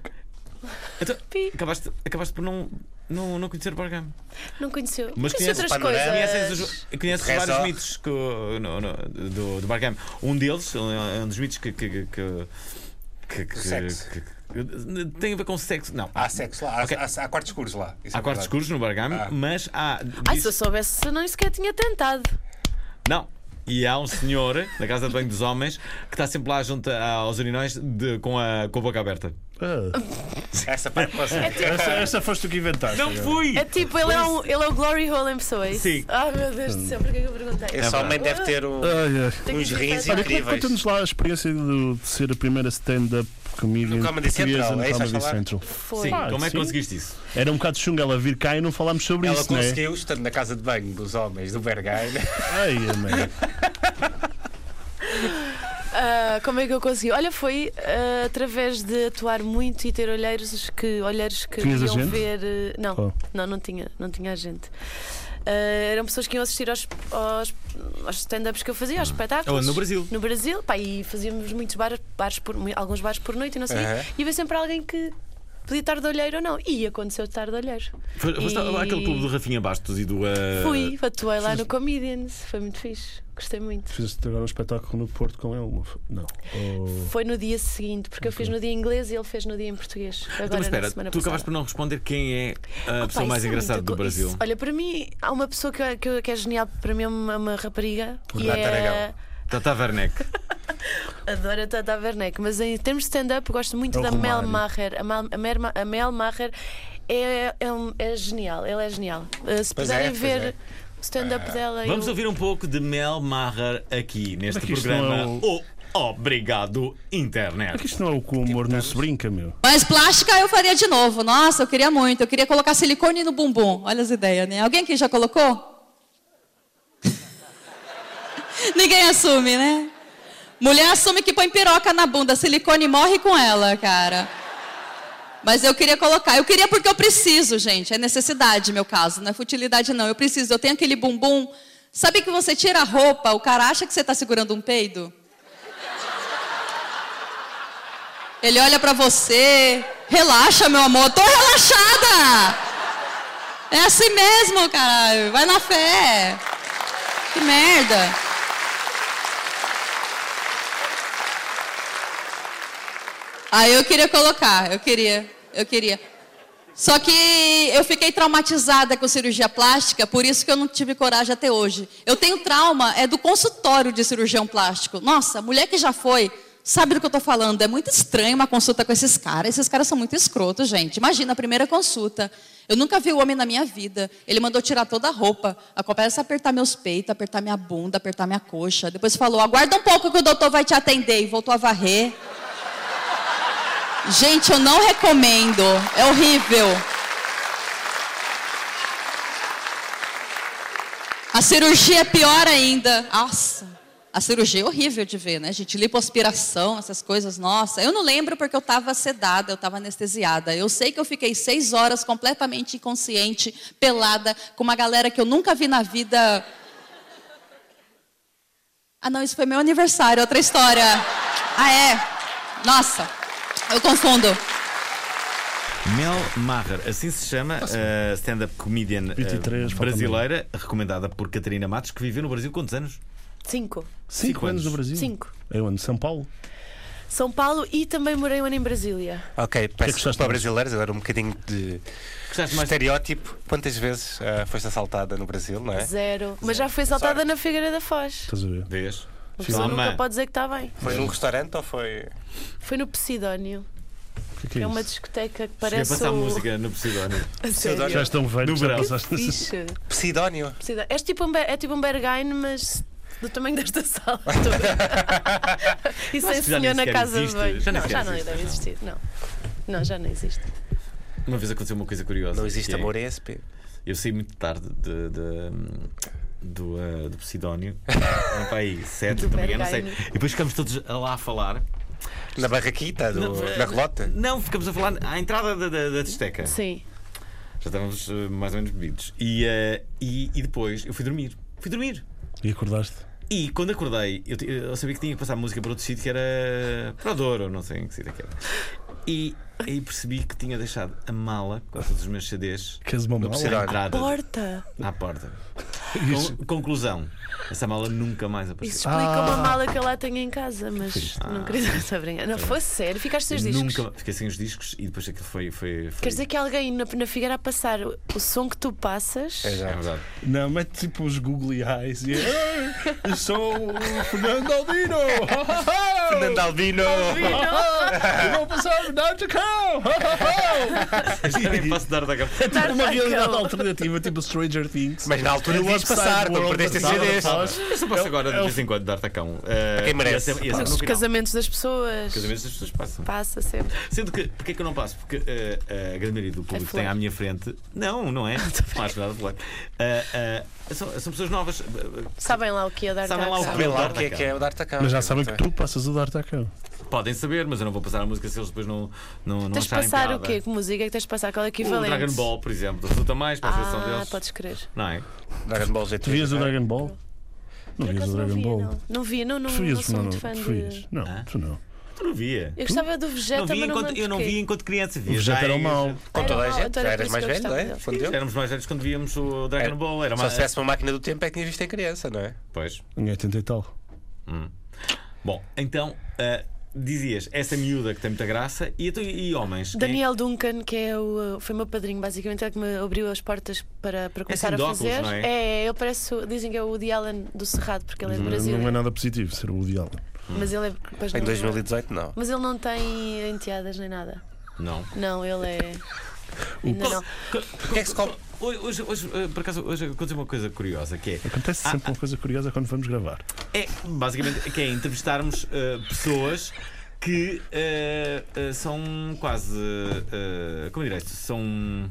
Então,
Pi.
acabaste, acabaste por não, não, não conhecer o programa.
Não conheceu.
Mas
Mas
é
conhece
conheces
outras
o panorama?
Conheces,
coisas.
os- conheces
Reza.
vários mitos que, é o- no- no- do, do Barcamp. Um deles, um um dos mitos que, que, que- que que- que-
Sexo.
que- que- tem a ver com sexo. Não.
Há sexo lá, há,
Ok.
há, há quartos escuros lá. Isso
Há
é
quartos
verdade.
escuros no Bergamo,
Ah.
mas há.
Ai,
diz-
se eu soubesse, eu não sequer tinha tentado.
Não. E há um senhor na casa de banho dos homens que está sempre lá junto a- aos urinóis de- com, a, com a boca aberta.
Ah,
Essa parte posso.
essa, essa foste tu que inventaste. agora.
fui!
É tipo, ele é, um, ele é o Glory Hole em pessoas.
Sim.
Ai meu Deus do céu, porquê que eu perguntei?
É,
Esse homem deve ter um-
Ai, ai.
Tenho
uns
que
rins
dizer-
Olha, como é que
Incríveis.
conta-nos lá a experiência de, de ser a primeira stand-up comedian
No Comedy
portuguesa
Central,
no
é isso a
Comedy
falar?
Central.
Foi.
Sim,
Ah,
como é que
sim.
conseguiste isso?
Era um bocado chunga ela vir cá e não falámos sobre
Ela
isso, não é?
conseguiu, estando na casa de banho dos homens do Bergheim.
Ai, amém.
Ah, como é que eu consegui? Olha, foi ah, através de atuar muito e ter olheiros que olheiros que
Tinhas
iam
agente?
ver. eh, não,
Oh.
não, não tinha, não tinha gente. eram pessoas que iam assistir aos, aos, aos stand-ups que eu fazia, aos espetáculos.
Ah. É no Brasil.
No Brasil, pá, e fazíamos muitos bares, bares por, mu- alguns bares por noite e não sei. o quê.
Aham.
E havia sempre alguém que podia estar de olheiro ou não. E aconteceu de estar de olheiro.
Foi, foste
E-
àquele clube do Rafinha Bastos e do. ah,
Fui, atuei lá
*laughs*
no Comedians, foi muito fixe, gostei muito.
Fizeste agora um espetáculo no Porto com ele? não foi? Não. Ou-
Foi no dia seguinte, porque eu fiz no dia em inglês e ele fez no dia em português. Agora
Então, mas
na
espera,
semana
tu
passada.
acabaste por não responder quem é a
Ah, pá,
pessoa mais
isso é
engraçada
muita
do
co-
Brasil.
isso- olha, para mim, há uma pessoa que, eu- que, eu- que é genial, para mim é uma, uma rapariga. E
Renata
é,
Aragão.
Tata Werneck.
adoro a Tata Werneck, mas em termos de stand-up, eu gosto muito
É o
da Mel
Romário.
Maher. A Mel, a Mer- a Mel Maher é, é, um- é genial, ela é genial. Uh, se
Pois
puderem
é, pois
ver
é.
o stand-up dela.
Vamos
eu-
ouvir um pouco de Mel Maher aqui neste
Mas que isto
programa.
não é
O Obrigado Internet.
Porque isto não é o que o humor não se brinca, meu.
Mas plástica eu faria de novo. Nossa, eu queria muito. Eu queria colocar silicone no bumbum. Olha as ideias, né? Alguém aqui já colocou? *laughs* Ninguém assume, né? Mulher assume que põe piroca na bunda. Silicone morre com ela, cara. Mas eu queria colocar. Eu queria porque eu preciso, gente. É necessidade, meu caso. Não é futilidade, não. Eu preciso. Eu tenho aquele bumbum. Sabe que você tira a roupa, o cara acha que você está segurando um peido? Ele olha pra você. Relaxa, meu amor. Tô relaxada. É assim mesmo, caralho. Vai na fé. Que merda. Aí eu queria colocar, eu queria, eu queria. Só que eu fiquei traumatizada com cirurgia plástica, por isso que eu não tive coragem até hoje. Eu tenho trauma, é do consultório de cirurgião plástico. Nossa, mulher que já foi, sabe do que eu tô falando. É muito estranho uma consulta com esses caras. Esses caras são muito escrotos, gente. Imagina, a primeira consulta. Eu nunca vi o homem na minha vida. Ele mandou tirar toda a roupa. A começa a apertar meus peitos, apertar minha bunda, apertar minha coxa. Depois falou, aguarda um pouco que o doutor vai te atender. E voltou a varrer. Gente, eu não recomendo. É horrível. A cirurgia é pior ainda. Nossa. A cirurgia é horrível de ver, né, gente? Lipoaspiração, essas coisas, nossa. Eu não lembro porque eu estava sedada, eu estava anestesiada. Eu sei que eu fiquei seis horas completamente inconsciente, pelada, com uma galera que eu nunca vi na vida. Ah, não, isso foi meu aniversário, outra história. Ah, é? Nossa, eu confundo.
Mel Maher, assim se chama, a stand-up comedian eh,
23, falta
brasileira, recomendada por Catarina Matos, que viveu no Brasil quantos anos?
Cinco.
Cinco anos no Brasil?
Cinco.
É onde? São Paulo?
São Paulo e também morei um ano em Brasília.
*laughs* ok,
que
peço
gostaste
desculpa a
mais?
brasileiros, agora um bocadinho de
Gostaste mais?
estereótipo. Quantas vezes ah, foste assaltada no Brasil, não é?
Zero. Mas já foi saltada na Figueira da Foz.
Estás a ver?
Vês?
Só
Toma.
nunca pode dizer que está bem.
Foi num restaurante ou foi.
Foi no Posidónio.
O que é que é
É uma
isso?
discoteca que
Cheguei a
parece.
passar
o... *laughs*
música no Posidónio.
A
Já
sério.
estão velhos,
No
já
verão.
passaste nessa-
Fixe.
Psidónio?
Posidónio. És tipo um, Ber- é tipo um Berghain, mas do tamanho desta
*laughs*
sala. toda. e sem
que já nem
é senhor na
sequer
casa
existe.
de banho.
Já nem
não,
sequer
já não
existe,
deve
não.
existir. Não. Não, já não existe.
Uma vez aconteceu uma coisa curiosa.
Não existe
que é,
amor ESP.
Eu saí muito tarde de- de- do, eh, do
*laughs*
Posidónio, Eram para aí, sete
Do
da manhã, não sei.
Berghain.
E depois ficamos todos lá a falar.
Na barraquita, do- na relota.
Não, ficamos a falar à entrada da, da, da discoteca.
Sim.
Já estávamos eh, mais ou menos bebidos. E, eh, e, e depois eu fui dormir. Fui dormir.
*laughs* E acordaste?
E quando acordei, eu, ti- eu sabia que tinha que passar música para outro sítio que era para o Douro, não sei em que sítio é que era. E aí percebi que tinha deixado a mala com todos os meus CDs
Queres uma mala?
Psidónio.
entrada
*laughs*
Porta.
à porta. Con- conclusão. Essa mala nunca mais apareceu.
Isso explica uma mala que eu lá tenho em casa, mas não queria estar a brincar. Não, foi sério, ficaste sem os discos.
Ah. Nunca fiquei sem os discos e depois aquilo foi. foi, foi...
Quer dizer que alguém na, na Figueira a passar o, o som que tu passas.
É
*laughs*
verdade.
Não, mete tipo os googly eyes e. é, "Ei, Sou o Fernando *laughs* Aldino!
Fernando Albino!
Eu vou passar o Dr.
*laughs*
Cão!
Nem posso dar da cabeça.
Tipo uma
Dr.
realidade
Cão.
alternativa, tipo Stranger Things.
Mas na altura devias
Upside
passar, não
World,
perdeste esse
passava,
CD.
*laughs*
passava.
Eu
É
só posso agora de
eu-
vez em quando dar tacão. Uh,
quem merece.
Ia ser, ia ser no
Os
final.
casamentos das pessoas.
Casamentos as pessoas passam.
Passa sempre.
Sendo que, porquê que eu não passo? Porque eh, eh, a grande maioria do público
É flor.
tem à minha frente. Não,
*laughs*
não é. não acho nada de flor. Eh, eh, são, são pessoas novas. eh, eh,
Sabem lá o que ia dar
Sabem
cá.
lá o
Sabem.
Sabem lá o que é que é o D'Artacão.
Mas já sabem que tu passas o Dr. Cão.
podem saber, mas eu não vou passar a música se eles depois não, não, não
Tens de
acharem
passar
piada.
o quê? Que música é que tens de passar? Qual é
O
o equivalente?
Dragon Ball, por exemplo, resulta mais para a seleção
Ah,
deles.
podes crer.
Não é?
Dragon Ball Z.
Tu vias o Dragon Ball? Não
Por
vias o
acaso não
Dragon
via,
Ball?
não. Não via, não, não,
Tu
não
vias,
sou
mano.
muito fã
Tu
de.
vias. Não, tu não.
Tu não via.
Eu gostava do Vegeta,
não via
mas não
enquanto,
lembro
eu não
porquê.
via enquanto criança. Via.
O Vegeta era o
era- um
mau.
Com toda a
Era
gente,
mau, então
já
era
eras
por
mais
isso que
velho, não
eu
é?
gostava
Quando deu.
Éramos mais velhos quando víamos o Dragon Ball. Era
Só
mais.
se tivesse uma máquina do tempo é que tinhas visto em criança, não é?
Pois.
Em 80 e tal.
Bom, então. eh, Dizias, essa miúda que tem muita graça e, então, e homens? Quem-
Daniel Duncan, que é o, foi meu padrinho, basicamente, ele que me abriu as portas para, para começar
assim
a
de óculos,
fazer.
não é?
eu pareço, dizem que é o Woody Allen do Cerrado, porque ele é do Brasil.
Não é nada positivo ser o Woody Allen.
Mas ele é. pois
Em
não-
2018, não.
Mas ele não tem enteadas nem nada.
Não.
Não, ele é. Ainda não.
Porquê é que se come?
Hoje, hoje, hoje, eh, por acaso, hoje aconteceu uma coisa curiosa que é,
Acontece
Ah,
sempre uma coisa curiosa quando vamos gravar.
é basicamente que é entrevistarmos eh, pessoas que eh, eh, são quase eh, como direi são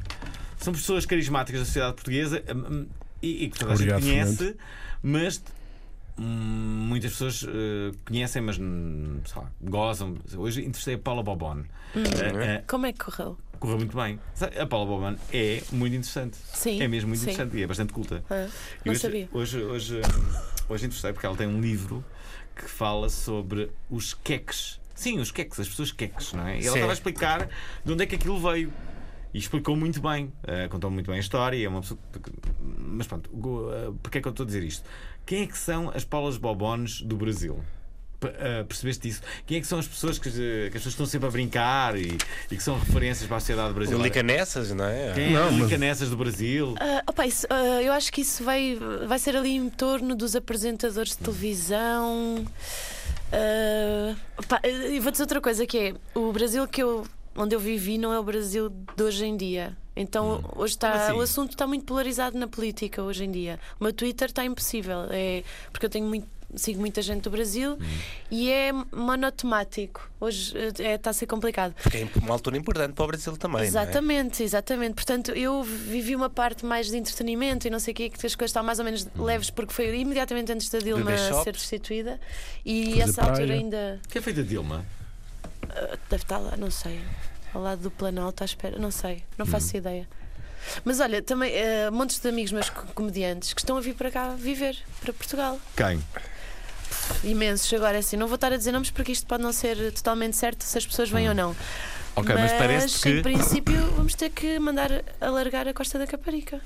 são pessoas carismáticas da sociedade portuguesa hum, hum, e, e que toda a gente
Obrigado,
conhece, mas hum, muitas pessoas eh, conhecem, mas hum, sei lá, gozam. Hoje entrevistei a Paula Bobon. Eh, eh,
Como é que correu?
Correu muito bem. Sabe, A Paula Bowman é muito interessante.
Sim,
É mesmo muito
sim.
interessante e é bastante culta.
Ah,
E
não
hoje,
sabia.
Hoje, hoje, hoje interessei porque ela tem um livro que fala sobre os queques. Sim, os queques, as pessoas queques, não é? E ela
Sim.
estava a explicar de onde é que aquilo veio. E explicou muito bem, eh, contou muito bem a história. É uma pessoa. que- Mas pronto, go- eh, porque é que eu estou a dizer isto? Quem é que são as Paulas Bobones do Brasil? P- eh, percebeste isso? Quem é que são as pessoas que, eh, que as pessoas estão sempre a brincar e, e que são referências para a sociedade brasileira?
Lica nessas, não é?
Quem é
Não,
a
mas-
Lica Nessas do Brasil?
Ah, opa, isso, ah, eu acho que isso vai, vai ser ali em torno dos apresentadores de televisão. Ah, opa, e vou dizer outra coisa que é o Brasil que eu onde eu vivi não é o Brasil de hoje em dia. Então hoje
Como
está
assim?
o assunto está muito polarizado na política hoje em dia. O meu Twitter está impossível, é porque eu tenho muito sigo muita gente do Brasil
Hum.
e é monotemático. Hoje eh, é, está a ser complicado.
Porque é uma altura importante para o Brasil também.
é?
é?
Exatamente, exatamente. Portanto, eu vivi uma parte mais de entretenimento e não sei o quê, que as coisas estavam mais ou menos
Uhum.
leves, porque foi imediatamente antes da Dilma
Bebê shops.
ser destituída e
Fazer
essa
praia.
altura ainda
Que é feita Dilma?
deve estar lá, não sei, ao lado do Planalto, à espera, não sei, não
Uhum.
faço ideia. Mas olha, também eh, montes de amigos meus co- comediantes que estão a vir para cá viver, para Portugal.
Quem?
Imensos agora assim. Não vou estar a dizer nomes porque isto pode não ser totalmente certo se as pessoas vêm ou não.
Hum. Ok, mas parece que-
Em princípio, vamos ter que mandar alargar a costa da Caparica.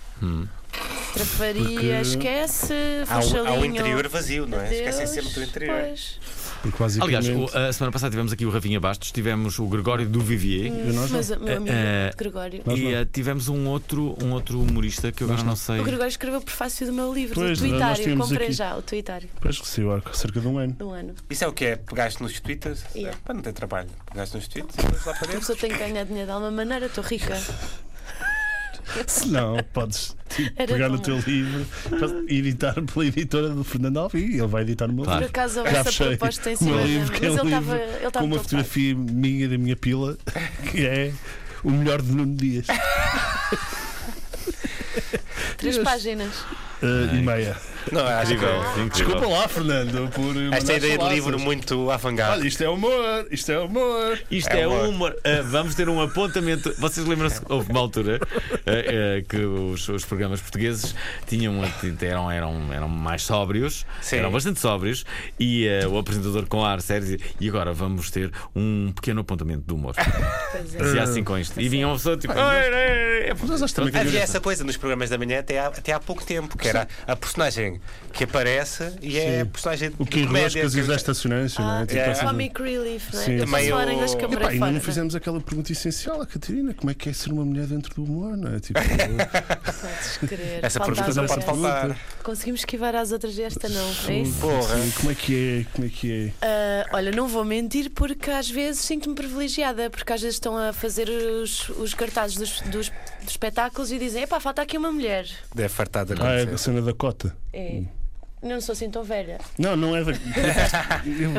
Trafaria,
Porque-
esquece,
Há um, há um
Funchalinho,
interior vazio, não é?
Deus,
Esquecem sempre do interior.
pois.
Porque basicamente.
Aliás, o- a semana passada tivemos aqui o Ravinha Bastos, tivemos o Gregório do
Hum.
Vivier.
nós não.
Mas o meu amigo
Eh, eh,
Gregório.
Nós
E
não.
eh, tivemos um outro, um outro humorista que eu agora não sei.
O Gregório escreveu o prefácio do meu livro,
Pois,
do
nós
Tuitário.
tínhamos
Comprei
aqui.
já o Tuitário
Depois recebeu há cerca de um ano.
do ano.
Isso é o que é? Pegaste nos tweets?
Yeah.
É, Para não ter trabalho. Pegaste nos tweets e vais lá para
A *laughs*
dentro.
pessoa tem que ganhar dinheiro de alguma maneira, estou rica.
Se não, podes tipo,
Era
pegar no
tão
teu livro e editar pela editora do Fernando Alvim e ele vai editar o meu
Claro.
Por
livro.
acaso houve
Já
essa
fechei
proposta em
o
cima
meu
dele,
livro,
mas
que é
ele
um
estava.
livro
Ele
com
estava
uma
preocupado.
fotografia minha da minha pila, que é o melhor de Nuno Dias.
Três páginas.
Eh, e meia.
Não, acho que
Incrível, incrível.
Desculpa lá, Fernando, por.
Esta
mandar
ideia de
chulaças.
livro muito avant-garde.
Olha, isto é humor, isto é humor.
Isto
É
é,
humor.
humor. Ah, vamos ter um apontamento. Vocês lembram-se, houve uma altura ah, ah, que os, os programas portugueses tinham, eh, eram, eram, eram mais sóbrios,
Sim.
eram bastante sóbrios, e ah, o apresentador com ar sério dizia, e agora vamos ter um pequeno apontamento de humor. Dizia assim com isto. E vinha uma pessoa tipo. "Ai, ai, ai."
É, Mas nós estamos aqui.
Havia essa coisa nos programas da manhã até há, até há pouco tempo, que era a personagem que aparece e é a personagem
O
de
que
comédia.
enroscas e
que-
os estacionância, não é? Tipo
é.
assim,
Comic relief, não é?
Sim.
Eles
Meio-
falaram inglês que eu
Epá,
morei
e não
fora. né?
fizemos aquela pergunta essencial à Catarina: como é que é ser uma mulher dentro do humor, não é? Tipo,
Podes crer.
Essa
Faltava
pergunta não pode
essa.
faltar.
Conseguimos esquivar às outras e esta não, é isso?
Porra.
assim, como é que é? Como é que é?
Ah, olha, não vou mentir porque às vezes sinto-me privilegiada, porque às vezes estão a fazer os, os cartazes dos, dos, dos espetáculos e dizem: epá, falta aqui uma mulher.
Deve fartar de
Ah, é a
acontecer.
cena da cota.
É.
Hum.
Não sou assim tão velha.
Não, não *laughs* é da.
Eu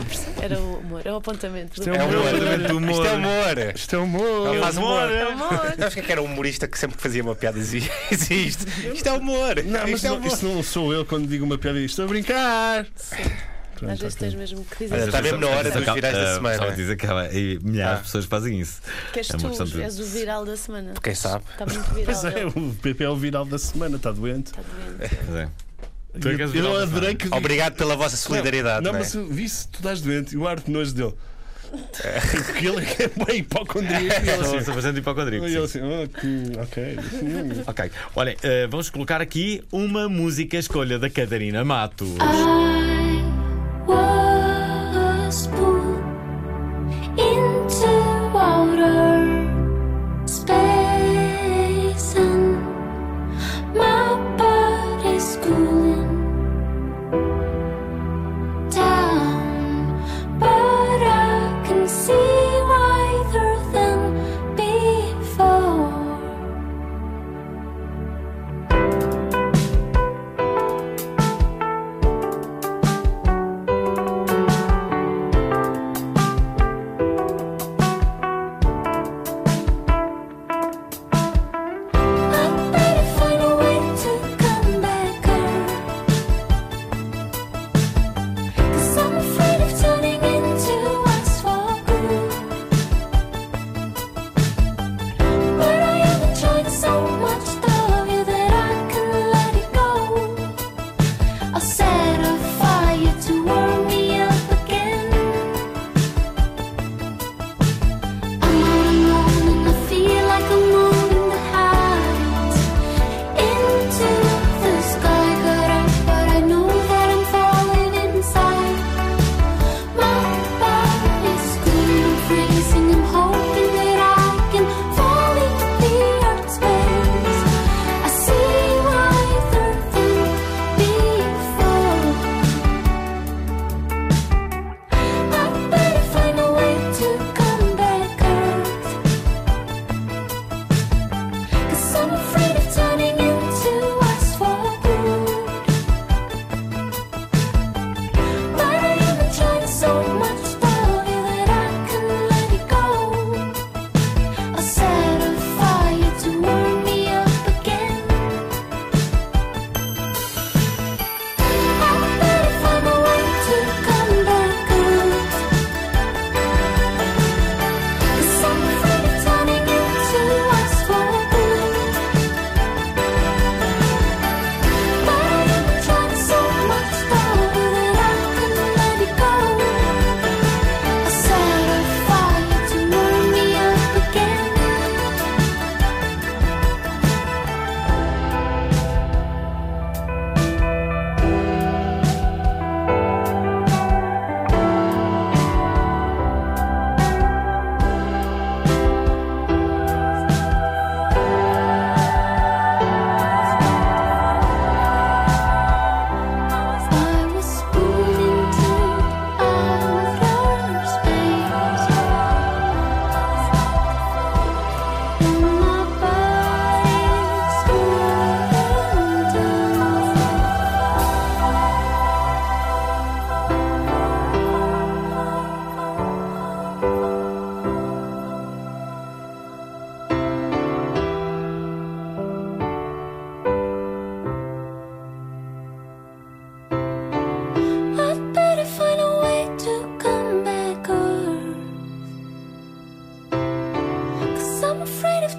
perce- Era o humor, é o apontamento.
Isto é
É
humor.
humor.
Do humor.
Isto é humor.
Isto é humor.
Ele faz humor.
Amor.
*laughs*
Sabes quem é que era o humorista que sempre que fazia uma piada dizia *laughs* existe? Isto é humor.
Não, mas
isto é
não,
humor.
isso não sou eu quando digo uma piada e estou a brincar.
Às vezes tens mesmo que dizer.
Olha, está mesmo na hora dos virais da semana.
Só diz acaba. E milhares
Ah.
de pessoas fazem isso.
que és
é uma questão
tu,
de-
és o viral da semana.
Quem sabe?
Está muito viral.
Pois é,
ele.
o PP é o viral da semana, está doente.
Está doente.
Mas é. Tu é que és
Eu, eu
viral da
adorei
semana.
que.
Obrigado pela vossa solidariedade.
Não,
não é?
mas eu vi-se, tu estás doente e o ar de nojo dele. Porque ele é bem *laughs* hipocondríaco. E
Ah.
ele
Sou,
assim,
sou bastante hipocondríaco.
e
sim.
ele assim "Ah, que- ok. Hum.
Ok, olha, eh, vamos colocar aqui uma música escolha da Catarina Matos.
I was pulled into outer space and my body's cooling down, but I can see wider than before. I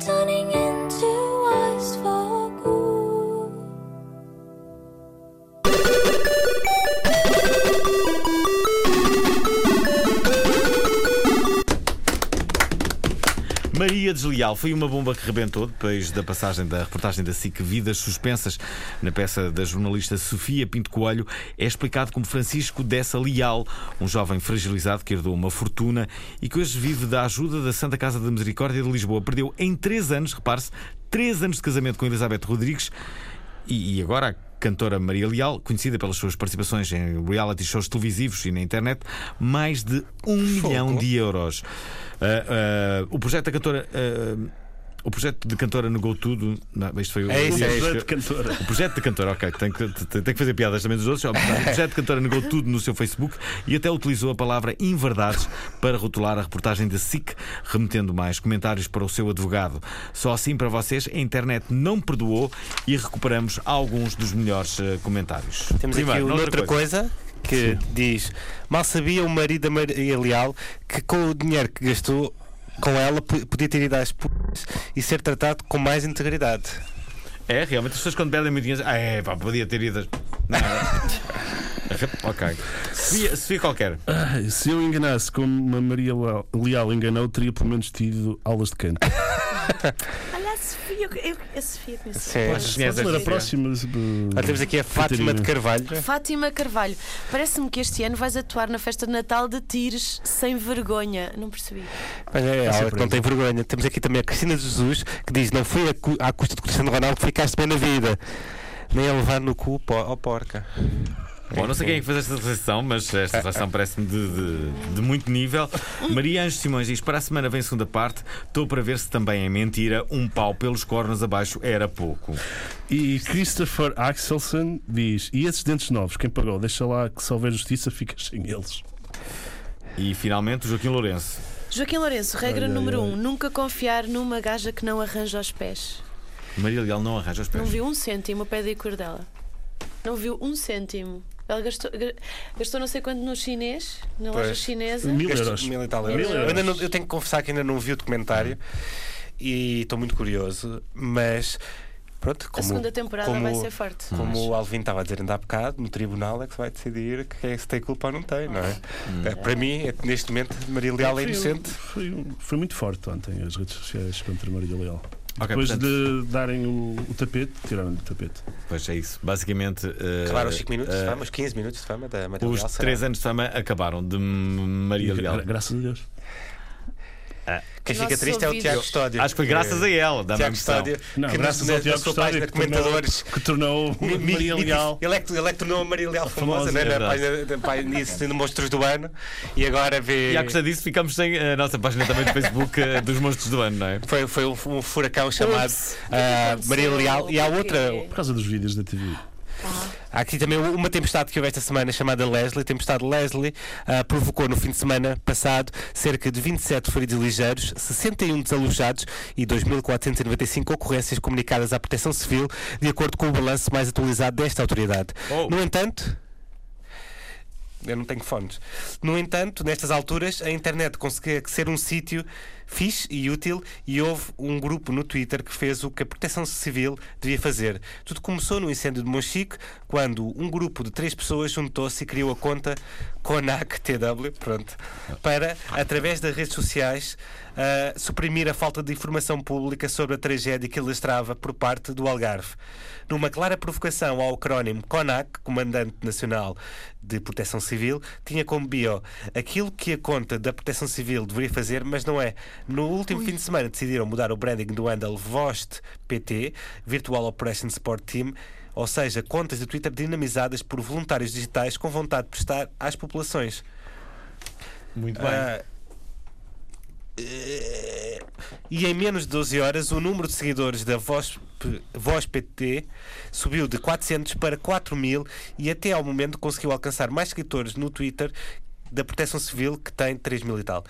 turning into ice for good.
Maria Desleal foi uma bomba que rebentou depois da passagem da reportagem da SIC Vidas Suspensas na peça da jornalista Sofia Pinto Coelho. É explicado como Francisco Dessa Leal, um jovem fragilizado que herdou uma fortuna e que hoje vive da ajuda da Santa Casa de Misericórdia de Lisboa. Perdeu em três anos, repare-se, três anos de casamento com Elizabeth Rodrigues e, e agora a cantora Maria Leal, conhecida pelas suas participações em reality shows televisivos e na internet, mais de um milhão de euros. Ah, ah, o projeto da cantora. ah, o projeto de cantora negou tudo. Não, isto foi o-
É isso, é
o-
isso.
de cantora.
o projeto de cantora, ok, tem que, tem que fazer piadas também dos outros. ó, portanto, O projeto de cantora negou tudo no seu Facebook e até utilizou a palavra inverdades para rotular a reportagem da SIC, remetendo mais comentários para o seu advogado. Só assim para vocês, a internet não perdoou e recuperamos alguns dos melhores eh, comentários.
Temos
Primeiro,
aqui
noutra
outra coisa. que diz: Mal sabia o marido da Maria Leal que com o dinheiro que gastou com ela p- podia ter ido às putas e ser tratado com mais integridade.
É, realmente, as pessoas quando pedem muito dinheiro. dizem, Ah, é, pá, podia ter ido. Não.
*laughs*
ok. Sofia, Sofia qualquer.
Ai, se eu enganasse como uma Maria Leal- Leal enganou, teria pelo menos tido aulas de canto.
Olha a Sofia, eu, eu, a Sofia conheço.
Sim.
Olha,
Sim,
Podes
essa
ler a
sim.
próxima?
Olha, temos aqui a Fátima de Carvalho.
Fátima Carvalho, parece-me que este ano vais atuar na festa de Natal de Tires sem vergonha. Não percebi.
Mas é, ela que
surpresa.
não tem vergonha. Temos aqui também a Cristina de Jesus que diz: Não foi a cu- à custa de Cristiano Ronaldo que ficaste bem na vida. Nem a levar no cu po- ao porca.
Bom, não sei quem é que fez esta seleção, mas esta seleção parece-me de, de- de muito nível. Maria Anjo Simões diz: Para a semana vem a segunda parte, estou para ver se também é mentira. Um pau pelos cornos abaixo era pouco.
E Christopher Axelson diz: E esses dentes novos, quem pagou? Deixa lá que se houver justiça, ficas sem eles.
E finalmente o Joaquim Lourenço.
Joaquim Lourenço, regra
Ai, ai,
número
ai.
um: nunca confiar numa gaja que não arranja os pés.
Maria Leal não arranja os pés.
Não viu um cêntimo a pé de cor dela. Não viu um cêntimo. Ela gastou, ga- gastou não sei quanto no chinês, na loja
Pois.
chinesa.
Mil
Gasto
euros.
Mil e tal
Mil
euros. Eu,
euros.
ainda não- eu tenho que confessar que ainda não vi o documentário e estou muito curioso, mas pronto,
a
como,
segunda temporada
como-
vai ser forte.
como o Alvin estava a dizer ainda há bocado, no tribunal é que se vai decidir que é, se tem culpa ou não tem, não é?
Hum.
É, Para mim, é- neste momento, Maria Leal é
Foi um-
inocente.
Foi, um- foi muito forte ontem as redes sociais contra Maria Leal.
Ok,
Depois
portanto-
de darem o, o tapete, tiraram-lhe o tapete.
Pois é isso. Basicamente. eh,
Acabaram os 5 minutos de
eh,
fama, os 15 minutos de fama da Maria
Os
Leal. será?
3 anos de fama acabaram de Maria Leal.
Gra- Graças a Deus.
Quem fica
Nossos
triste é o
ouvidos.
Tiago Custódio.
Acho que foi
que-
graças a ela, dá-me a
Tiago
impressão.
Custódio,
Não,
que
graças
na,
ao Tiago
na sua
Custódio
página
que
de comentadores.
tornou,
*laughs*
que tornou
Mi- mi-
Maria
miti-
Leal.
Ele é que, ele é que tornou a Maria Leal famosa,
Famosa,
né,
é
na
verdade.
página da página isso, de Monstros do Ano e agora vê.
E à custa disso ficamos sem a nossa página também do Facebook eh, dos monstros do ano, não é?
Foi, foi um, um furacão chamado ah,
aconteceu?
Maria Leal. E há
Porquê?
outra,
Por causa dos vídeos da TV.
há aqui também uma tempestade que houve esta semana chamada Leslie. A tempestade Leslie ah, provocou no fim de semana passado cerca de 27 feridos ligeiros, 61 desalojados e 2.495 ocorrências comunicadas à Proteção Civil, de acordo com o balanço mais atualizado desta autoridade.
Oh.
No entanto. Eu não tenho fones. No entanto, nestas alturas, a internet conseguia ser um sítio fixe e útil e houve um grupo no Twitter que fez o que a Proteção Civil devia fazer. Tudo começou no incêndio de Monchique, quando um grupo de três pessoas juntou-se e criou a conta CONACTW, pronto, para, através das redes sociais, ah, suprimir a falta de informação pública sobre a tragédia que lastrava por parte do Algarve. Numa clara provocação ao acrónimo CONAC, Comandante Nacional de Proteção Civil, tinha como bio aquilo que a conta da Proteção Civil deveria fazer, mas não é. No último fim de semana decidiram mudar o branding do handle VOST PT, Virtual Operation Support Team, ou seja, contas de Twitter dinamizadas por voluntários digitais com vontade de prestar às populações.
Muito
Ah, eh, e em menos de 12 horas, o número de seguidores da Voz, P- Voz PT subiu de 400 para 4 mil e até ao momento conseguiu alcançar mais seguidores no Twitter da Proteção Civil, que tem 3 mil e tal.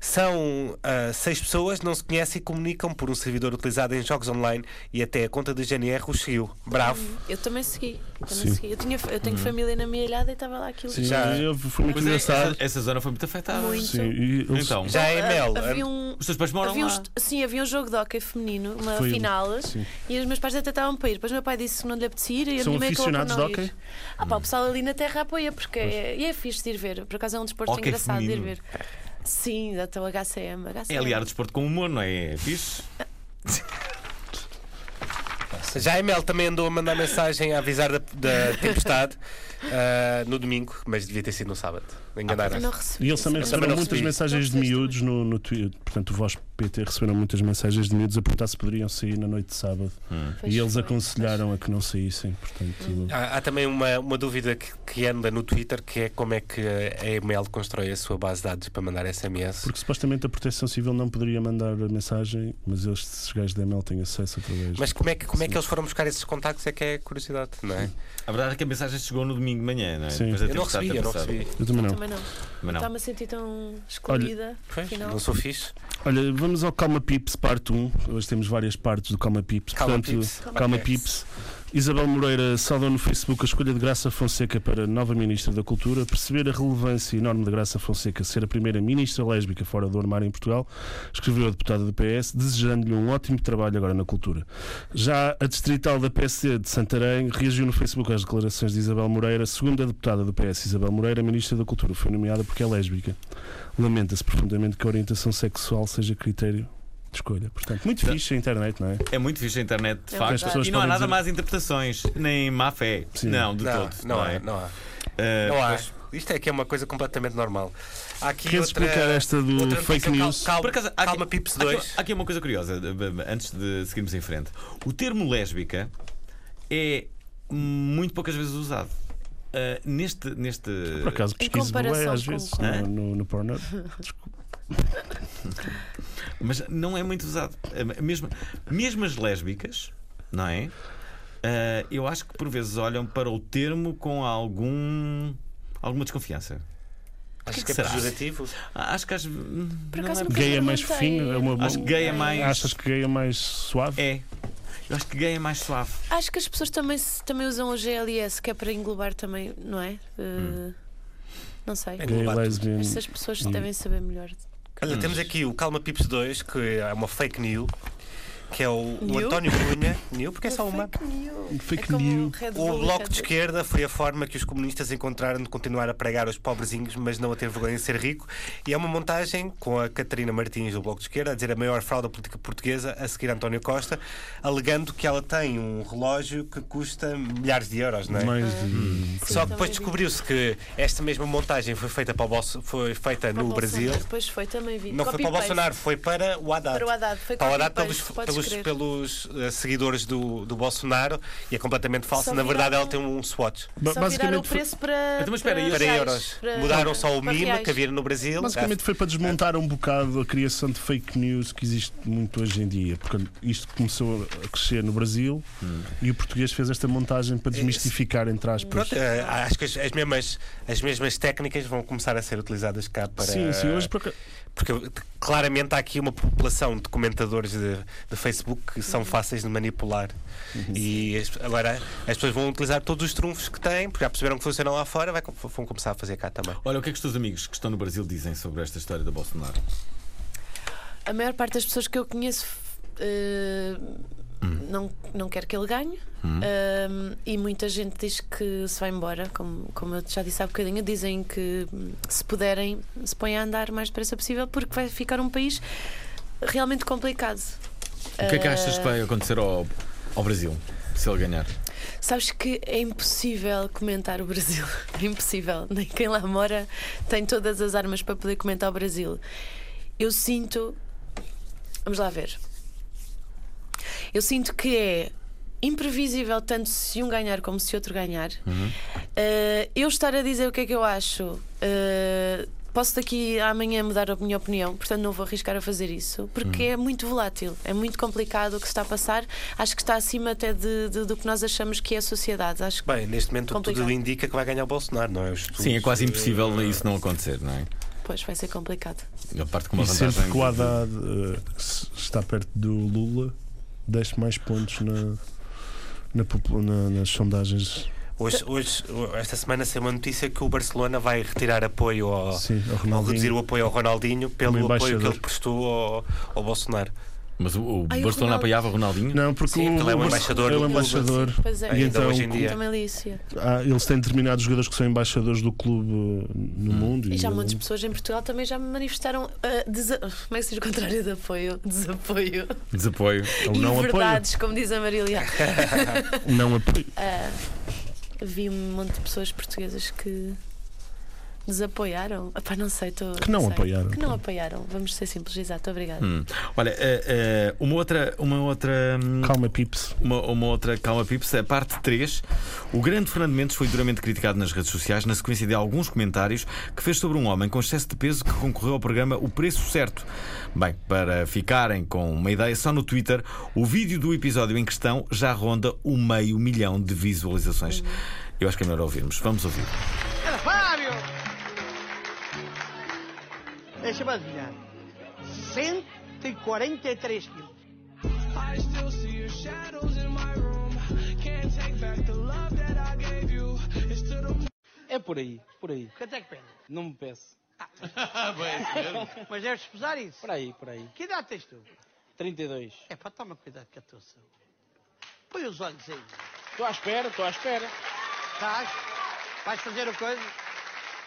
São ah, seis pessoas, não se conhecem e comunicam por um servidor utilizado em jogos online e até a conta da GNR os seguiu. Bravo.
Eu também segui. quando
Sim.
a seguir. Eu, tinha, eu tenho família na minha ilhada e estava lá aquilo.
Sim,
Já-
eu- foi muito
Pois é,
engraçado.
essa, essa zona foi muito afetada.
Muito.
Sim, e eles-
Então,
Já é
Ah,
mel.
Havia um,
os teus pais moram
havia um,
lá.
est- sim, havia um jogo de hockey feminino, uma
um.
Foi-
final,
sim.
e os meus pais até estavam para ir. Depois o meu pai disse que não lhe apetecia ir, e a
São
minha mãe acabou por
aficionados
não
de
ir.
hóquei?
Ah, pá, o pessoal ali na terra apoia, porque é, e é fixe de ir ver. Por acaso é um desporto
Hóquei
engraçado de ir
feminino.
ver. Sim, até o HCM. HCM.
É aliar o desporto com humor, não é? É fixe.
Já a Mel também andou a mandar mensagem a avisar da, da tempestade *laughs* ah, no domingo, mas devia ter sido no sábado.
Eu
Enganaram-se.
não recebi.
E eles
também
também
Eu
receberam
não
muitas
recebi.
mensagens de
Não recebeste
miúdos no, no Twitter. Portanto, o Voz PT receberam muitas mensagens de miúdos a perguntar se poderiam sair na noite de sábado.
Pois
e eles
foi. Hum.
aconselharam a que não saíssem. Portanto,
Há, há também uma, uma dúvida que, que anda no Twitter, que é como é que a Emel constrói a sua base de dados para mandar SMS.
porque supostamente a Proteção Civil não poderia mandar a mensagem, mas eles, esses gajos da ML têm acesso através.
Mas como é, que, como é que
Sim.
eles foram buscar esses contactos é que é curiosidade, não é?
A verdade é que a mensagem chegou no domingo de manhã, não é?
Sim.
Depois da
Eu não
tempestade
recebi,
ter
eu não
passado.
recebi. Então-
Eu também não.
Também não.
Mas não.
Estava a sentir tão excluída.
Pois,
afinal.
não sou fixe.
Olha, vamos ao Calma Pips, parte 1. Hoje temos várias partes do Calma Pips.
Calma,
portanto,
Pips.
Calma
Ok.
Pips. Isabel Moreira saudou no Facebook a escolha de Graça Fonseca para nova Ministra da Cultura, perceber a relevância enorme de Graça Fonseca ser a primeira Ministra lésbica fora do armário em Portugal, escreveu a deputada do PS, desejando-lhe um ótimo trabalho agora na cultura. Já a distrital da PSD de Santarém reagiu no Facebook às declarações de Isabel Moreira, segunda deputada do PS, Isabel Moreira, Ministra da Cultura, foi nomeada porque é lésbica. Lamenta-se profundamente que a orientação sexual seja critério de escolha. Portanto, muito fixe a internet, não é?
É muito fixe a internet, de
É verdade. As
facto.
pessoas
E não há
podem
nada
dizer-
mais interpretações, nem má fé.
Sim.
Não, de
Não,
todo.
não há,
é?
não há.
Ah,
Não há.
pois,
Isto é que é uma coisa completamente normal. Há aqui
Queres
outra,
explicar esta do
outra
fake
notícia. Cal-
news?
Calma,
Por acaso, há aqui-
calma Pips
há aqui-
2.
Há aqui uma coisa curiosa, b- b- antes de seguirmos em frente. O termo lésbica é muito poucas vezes usado. Ah, neste, neste.
Por acaso pesquiso bué
comparação
às
com
vezes
qual?
no, no, no
*laughs*
Pornhub.
Mas não é muito usado. Ah, Mesmo, mesmo as lésbicas, não é? Ah, eu acho que por vezes olham para o termo com algum. alguma desconfiança.
Acho
que
que é
será?
pejorativo.
Ah, Acho que às.
Por acaso
não é-
nunca
Gay é mais
perguntei.
fofinho? É uma,
Acho que gay é mais.
Achas que gay é mais suave?
É. Eu acho que gay é mais suave.
Acho que as pessoas também, se- também usam o GLS, que é para englobar também, não é?
Hum.
Uh, Não sei.
Gay, é
Englobar tudo.
lesbian.
Essas pessoas devem saber melhor. É
Olha, temos aqui o Calma Pips 2, que é uma fake news, que é o, o
New?
António
*laughs*
Cunha. New, porque é só uma.
Fake news.
Fake
é como
news.
Red Bull
O
e
Bloco de
Red-
Esquerda foi a forma que os comunistas encontraram de continuar a pregar aos pobrezinhos, mas não a ter vergonha de ser rico. E é uma montagem com a Catarina Martins do Bloco de Esquerda a dizer a maior fraude da política portuguesa, a seguir António Costa, alegando que ela tem um relógio que custa milhares de euros, não é?
eh,
Mais de...
Sim,
Só que
também
depois
vi.
descobriu-se que esta mesma montagem foi feita, para o Bolso- foi feita
Para
no
Bolsonaro.
Brasil.
Depois foi, também vi.
Não foi para o
Copy-paste.
Bolsonaro, foi para o Haddad.
Para o Haddad, foi
Para o Haddad pelos,
copy-paste, podes
pelos,
crer.
pelos, eh, seguidores do, do Bolsonaro e é completamente falso.
Só
Na verdade, ela
viraram-
tem um swatch.
Ba-
Só viraram o
basicamente, foi,
preço para.
Então, mas espera, e os-
Para
Reais,
euros.
para-
Mudaram só o
para
mimo
reais.
que havia no Brasil. Ah,
basicamente foi para desmontar um bocado a criação de fake news que existe muito hoje em dia. Porque isto começou a crescer no Brasil e o português fez esta montagem para desmistificar, entre aspas.
Pronto, eh, acho que as, as mesmas, as mesmas técnicas vão começar a ser utilizadas cá para.
Sim, sim, hoje por acaso-
Porque claramente há aqui uma população de comentadores de, de Facebook que
Uhum.
são fáceis de manipular.
Uhum.
E as- agora as pessoas vão utilizar todos os trunfos que têm, porque já perceberam que funcionam lá fora, vai com- vão começar a fazer cá também.
Olha, o que é que os teus amigos que estão no Brasil dizem sobre esta história do Bolsonaro?
A maior parte das pessoas que eu conheço eh, não, não quer que ele ganhe.
Hum.
Eh, e muita gente diz que se vai embora, como, como eu já disse há bocadinho, dizem que hum, se puderem, se põem a andar o mais depressa possível, porque vai ficar um país realmente complicado.
O que é que achas que vai acontecer ao, ao Brasil se ele ganhar?
Sabes que é impossível comentar o Brasil. *laughs* É impossível. Nem quem lá mora tem todas as armas para poder comentar o Brasil. Eu sinto. Vamos lá ver. Eu sinto que é imprevisível tanto se um ganhar como se outro ganhar.
Uhum.
Eh, eu estar a dizer o que é que eu acho. eh, Posso daqui a amanhã mudar a minha opinião, portanto não vou arriscar a fazer isso, porque
Hum.
é muito volátil, é muito complicado o que se está a passar. Acho que está acima até de, de- do que nós achamos que é a sociedade. Acho que
Bem, neste momento
Complicado.
tudo indica que vai ganhar o Bolsonaro, não é? Os estudos,
Sim, é quase
eh,
impossível isso não acontecer, não é?
pois vai ser complicado.
Ele parte com uma
E
vantagem.
sempre que o Haddad eh, se- está perto do Lula, deixa mais pontos na, na popu- na- nas sondagens
Hoje, hoje, esta semana saiu uma notícia que o Barcelona vai retirar apoio ao,
Sim, ao
ou
Ronaldinho.
Oh. reduzir o apoio ao Ronaldinho pelo apoio
embaixador.
que ele prestou ao, ao Bolsonaro.
Mas o, o
Ai, o
Barcelona
Ronaldo.
apoiava o Ronaldinho?
Não, porque
Sim, ele
o,
é o
Barce-
embaixador
ele é
do clube,
embaixador.
sim. Pois é.
E
Ainda
então
hoje em dia.
Também li isso. yeah.
há- eles têm determinados jogadores que são embaixadores do clube eh, no
Hum.
mundo.
E já
ele-
muitas pessoas em Portugal também já me manifestaram ah, desa- como é que se diz o contrário de apoio? *laughs* Desapoio.
Desapoio.
Ou Então não apoio.
Inverdades, como diz a Marília.
*laughs* Não apoio.
Ah, vi um monte de pessoas portuguesas que desapoiaram. Epá, não sei, tô,
Que não
sei.
apoiaram.
Que não apoiaram. Vamos ser simples, exato, obrigada.
Hum. Olha, eh, eh, uma outra. Uma outra hum,
Calma, Pips.
Uma, uma outra calma, Pips, a parte 3. O grande Fernando Mendes foi duramente criticado nas redes sociais na sequência de alguns comentários que fez sobre um homem com excesso de peso que concorreu ao programa O Preço Certo. Bem, para ficarem com uma ideia, só no Twitter, o vídeo do episódio em questão já ronda o meio milhão de visualizações. Eu acho que é melhor ouvirmos. Vamos ouvir.
Fábio! Deixa eu adivinhar. 143 quilos. É por aí, por aí. Quanto é que pesa? Não me peço. *laughs* Mas deves pesar isso? Por aí, por aí. Que idade tens tu? 32. É para tomar cuidado com a tua saúde. Põe os olhos aí. Estou à espera, estou à espera. Estás? Vais fazer a coisa?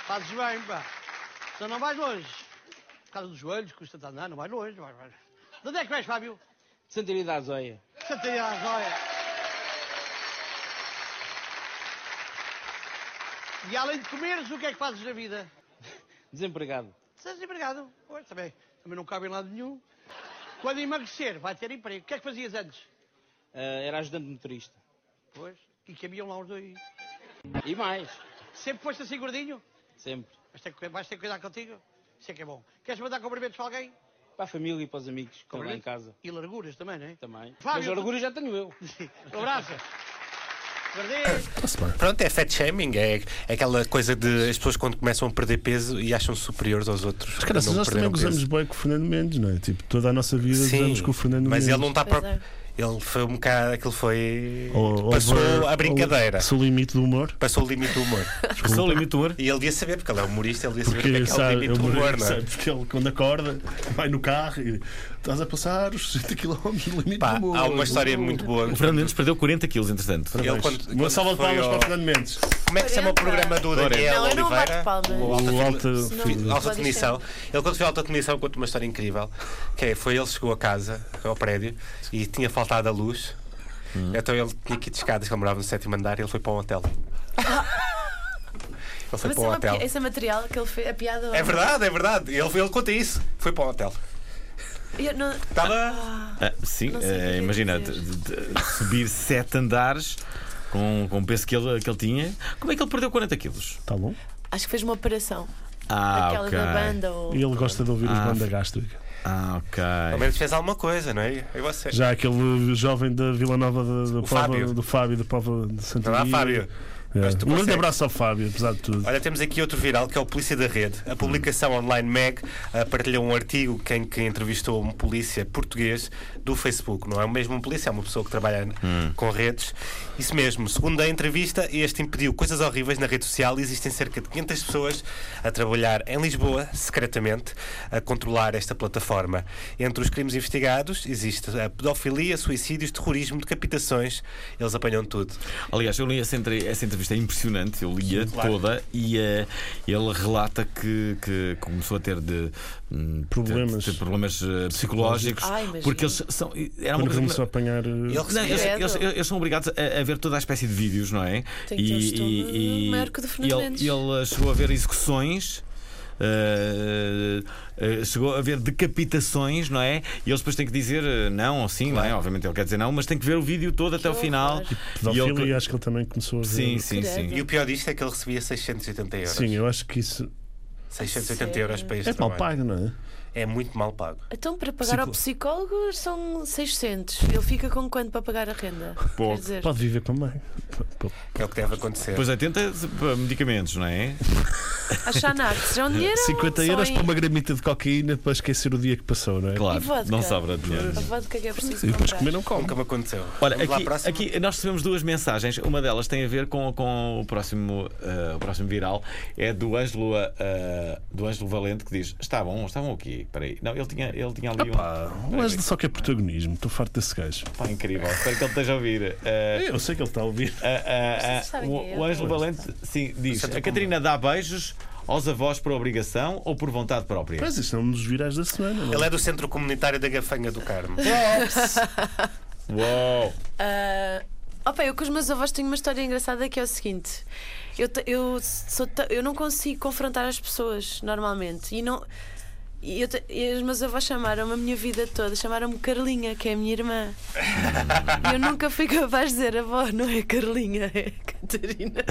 Fazes bem, pá. Só não vais longe. Por causa dos joelhos, custa-te andar, não vais longe. Vai, vai. De onde é que vais, Fábio?
Santiago da Zóia.
Santa Azóia. E além de comeres, o que é que fazes na vida?
Desempregado.
Estás empregado. Pois, também, também não cabe em lado nenhum. Quando emagrecer, vai ter emprego. O que é que fazias antes?
Ah, era ajudante de motorista.
Pois, e caminham lá os dois.
E mais.
Sempre foste assim gordinho?
Sempre.
Vais ter, que- vais ter que cuidar contigo? Isso é que é bom. Queres mandar cumprimentos para alguém?
Para a família e para os amigos que estão lá em
Cumprimentos?
casa.
E larguras também, não é?
Também.
Fábio,
Mas
tu-
orgulho já tenho eu.
*laughs*
*laughs*
Um abraço. Gordinho.
Está-se bem.
Pronto, é fat shaming, é, é aquela coisa de as pessoas quando começam a perder peso e acham superiores aos outros.
Mas, cara,
que não
nós também
perderam peso.
gozamos bem com o Fernando Mendes, não é? Tipo, toda a nossa vida gozamos com o Fernando
mas
Mendes.
ele não está
Pois é.
para. Ele foi um bocado. Aquilo foi.
Ou-
passou
over-
a brincadeira.
Passou o limite do humor.
Passou o limite do humor.
Passou o limite do humor?
E ele ia saber, porque ele é humorista, ele ia saber o
Porque,
que é, que é o
sabe,
limite do
eu-
humor, não é?
sabe, porque ele, quando acorda, vai no carro e estás a passar os 60 km no limite
Pá,
do humor.
há uma história muito boa.
O Fernando Mendes perdeu 40 quilos, entretanto.
Ele, quando,
Uma
quando
salva de
foi
palmas
ao-
para o Fernando Mendes.
Como é que se chama o programa do Daniel
Não, eu não
Oliveira?
bato palmas.
O
O
Alta,
alta-
Fi-
Não,
alta
pode
Definição. Ele, quando foi à Alta Definição, conta uma história incrível. Que é, foi ele chegou a casa, ao prédio, e tinha faltado a luz.
Hum.
Então ele tinha que ir de escadas, que ele morava no sétimo andar, e ele foi para um hotel. ele foi
Mas
para
isso é
um
uma
hotel.
pi- esse é material que ele fez, a piada.
É verdade, é verdade. Ele, ele conta isso. Foi para um hotel.
Eu não-
Estava.
Ah, sim,
Não sei o que
eh,
ia
imagina
dizer.
de- de- de
*laughs*
subir sete andares com, com o peso que ele, que ele tinha. Como é que ele perdeu 40 quilos?
Está Tá bom.
acho que fez uma operação.
Ah,
aquela
ok.
da banda. Ou...
E ele gosta de ouvir os
Ah.
banda gástrica.
Ah, ok.
Ao menos fez alguma coisa, não é? E você?
Já aquele jovem da Vila Nova da, da
O
Pova-
Fábio.
do Fábio, da Pova de Santa
Olá, Fábio. Mas tu
Um grande
consegues.
abraço ao Fábio, apesar de tudo.
Olha, temos aqui outro viral que é o Polícia da Rede. A publicação online Meg ah, partilhou um artigo que- em que entrevistou um polícia português do Facebook. Não é o mesmo um polícia, é uma pessoa que trabalha com redes. Isso mesmo. Segundo a entrevista, este impediu coisas horríveis na rede social e existem cerca de 500 pessoas a trabalhar em Lisboa, secretamente, a controlar esta plataforma. Entre os crimes investigados existe a pedofilia, suicídios, terrorismo, decapitações. Eles apanham tudo.
Aliás, eu li essa, entre- essa entrevista, é impressionante, eu li-a
claro.
toda e eh, ele relata que, que começou a ter de hum,
Problemas.
ter- ter problemas eh, psicológicos.
Ai, imagino.
porque eles são. Era uma
Quando
coisa que-
começou a apanhar. eh,
Ele
Não, eles,
Credo.
eles- eles são obrigados a, a ver toda a espécie de vídeos, não é?
Tem que ter um estômago maior que o do Fernando
ele,
Mendes.
ele eh, chegou a ver execuções. eh, eh, chegou a ver decapitações, não é? E eles depois têm que dizer eh, não ou sim, não é? Obviamente ele quer dizer não, mas tem que ver o vídeo todo até o
horror.
final. E
Pedofilia, é
ele-
acho que ele também começou a ver.
Sim, sim,
Credo.
sim.
E o pior disto é que ele recebia 680 euros.
Sim, eu acho que isso
680 euros para este
é mal
trabalho.
pago, não é?
é muito mal pago.
Então, para pagar ao psicólogo são 600. Ele fica com quanto para pagar a renda?
Pouco.
Quer dizer,
Pode viver com bem. Pô, pô.
É o que deve acontecer.
Depois 80 para medicamentos, não é?
a Xanax, já é um dinheiro?
50
só
euros
em-
para uma gramita de cocaína para esquecer o dia que passou, não é?
Claro,
E vodka?
não sobra dinheiro.
A vodka que é preciso
E depois
comprar.
comer não come.
Nunca me aconteceu.
Olha,
Vamos lá à
aqui,
próxima?
aqui nós recebemos duas mensagens. Uma delas tem a ver com, com o, próximo, eh, o próximo viral. É do Ângelo, eh, do Ângelo Valente que diz: Está bom, está bom aqui. Espera aí. Não, ele tinha, ele tinha ali
Pá,
um.
o Ângelo só quer protagonismo. Estou farto desse gajo.
Pá, incrível. Espero que ele esteja a ouvir. Eh,
É, Eu sei que ele está a *laughs* ouvir.
ah, ah, ah,
Vocês sabem quem é,
o o Ângelo Valente sim, diz: A Catarina dá beijos aos avós por obrigação ou por vontade própria?
Mas isto é um dos virais da semana. não é?
Ele é do Centro Comunitário da Gafanha do Carmo.
Uou!
Ah, opa, eu com os meus avós tenho uma história engraçada que é o seguinte: eu, te- eu, sou ta- eu não consigo confrontar as pessoas normalmente e não. E, eu te- e os meus avós chamaram-me a minha vida toda, chamaram-me Carlinha, que é a minha irmã. E eu nunca fui capaz de dizer avó, não é Carlinha, é Catarina.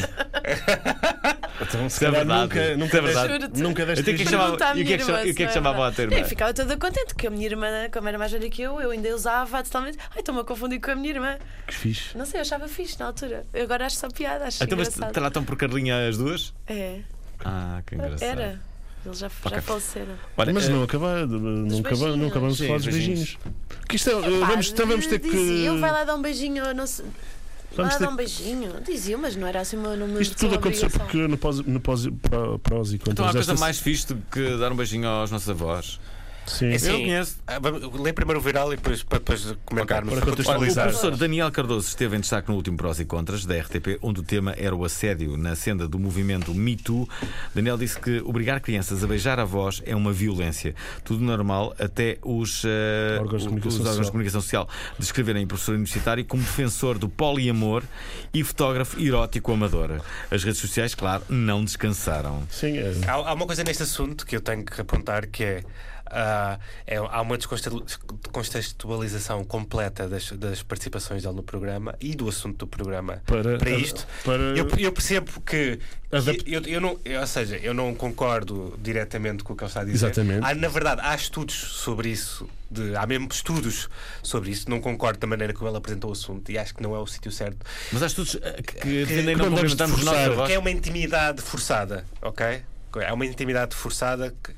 Então, se
Isso é
calhar
verdade.
nunca,
Isso
nunca
é verdade.
Juro-te.
Nunca deste
Até que
três-
é chamava-
Pergunta à
e o que é que
minha
chama-
irmã
e o que é que
se
chamava a
era
tua
verdade.
irmã?
Eu ficava toda contente, porque a minha irmã, como era mais velha que eu, eu ainda usava totalmente. Ai, estou-me a confundir com a minha irmã.
Que fixe.
Não sei, eu achava fixe na altura. Eu agora acho só piada,
Ah,
acho
Então, mas
engraçado.
tratam por Carlinha as duas?
É.
Ah, que engraçado.
Era. Eles já, já faleceram.
Olha,
é. Mas
eh,
não acabar, não acaba- não
beijinhos.
acabamos de
Sim,
falar dos beijinhos.
beijinhos.
Que isto é, vamos, então vamos ter que.
Diziam, vai lá dar um beijinho, eu não sei. Vai
vamos
lá
ter
dar um beijinho. Diziam, mas não era assim uma. Não me
Isto
lembro de
tudo
uma
aconteceu
obrigação.
porque no pós, no pós, pró- prós e contras.
Então há coisa
desta-
mais fixe do que dar um beijinho aos nossos avós.
Sim.
É
Eu
assim,
conheço.
ah, vamos- lê primeiro o viral e depois, para depois comentarmos.
para
Olha, o
Atualizar.
professor Daniel Cardoso esteve em destaque no último Prós e Contras da RTP, onde o tema era o assédio na senda do movimento Me Too. Daniel disse que obrigar crianças a beijar avós é uma violência. Tudo normal, até os, eh,
Órgãos de
o- os
comunicação
órgãos
social.
de comunicação social descreverem o professor universitário como defensor do poliamor e fotógrafo erótico amador. As redes sociais, claro, não descansaram.
Sim, é.
Há, há uma coisa neste assunto que eu tenho que apontar que é, ah, é- há uma desconstelu- descontextualização completa das, das participações dele no programa e do assunto do programa
Para-
isto.
para-
Eu, eu percebo que
Adap-
eu, eu não, eu- ou seja, eu não concordo diretamente com o que ele está a dizer.
Exatamente.
Há, na verdade, há estudos sobre isso, de- há mesmo estudos sobre isso. Não concordo da maneira como ele apresentou o assunto e acho que não é o sítio certo.
Mas há estudos eh, que, que defendem
não
não
devemos
cumprimentarmos os nossos
forçar.
avós.
Que é uma intimidade forçada, ok? É uma intimidade forçada que-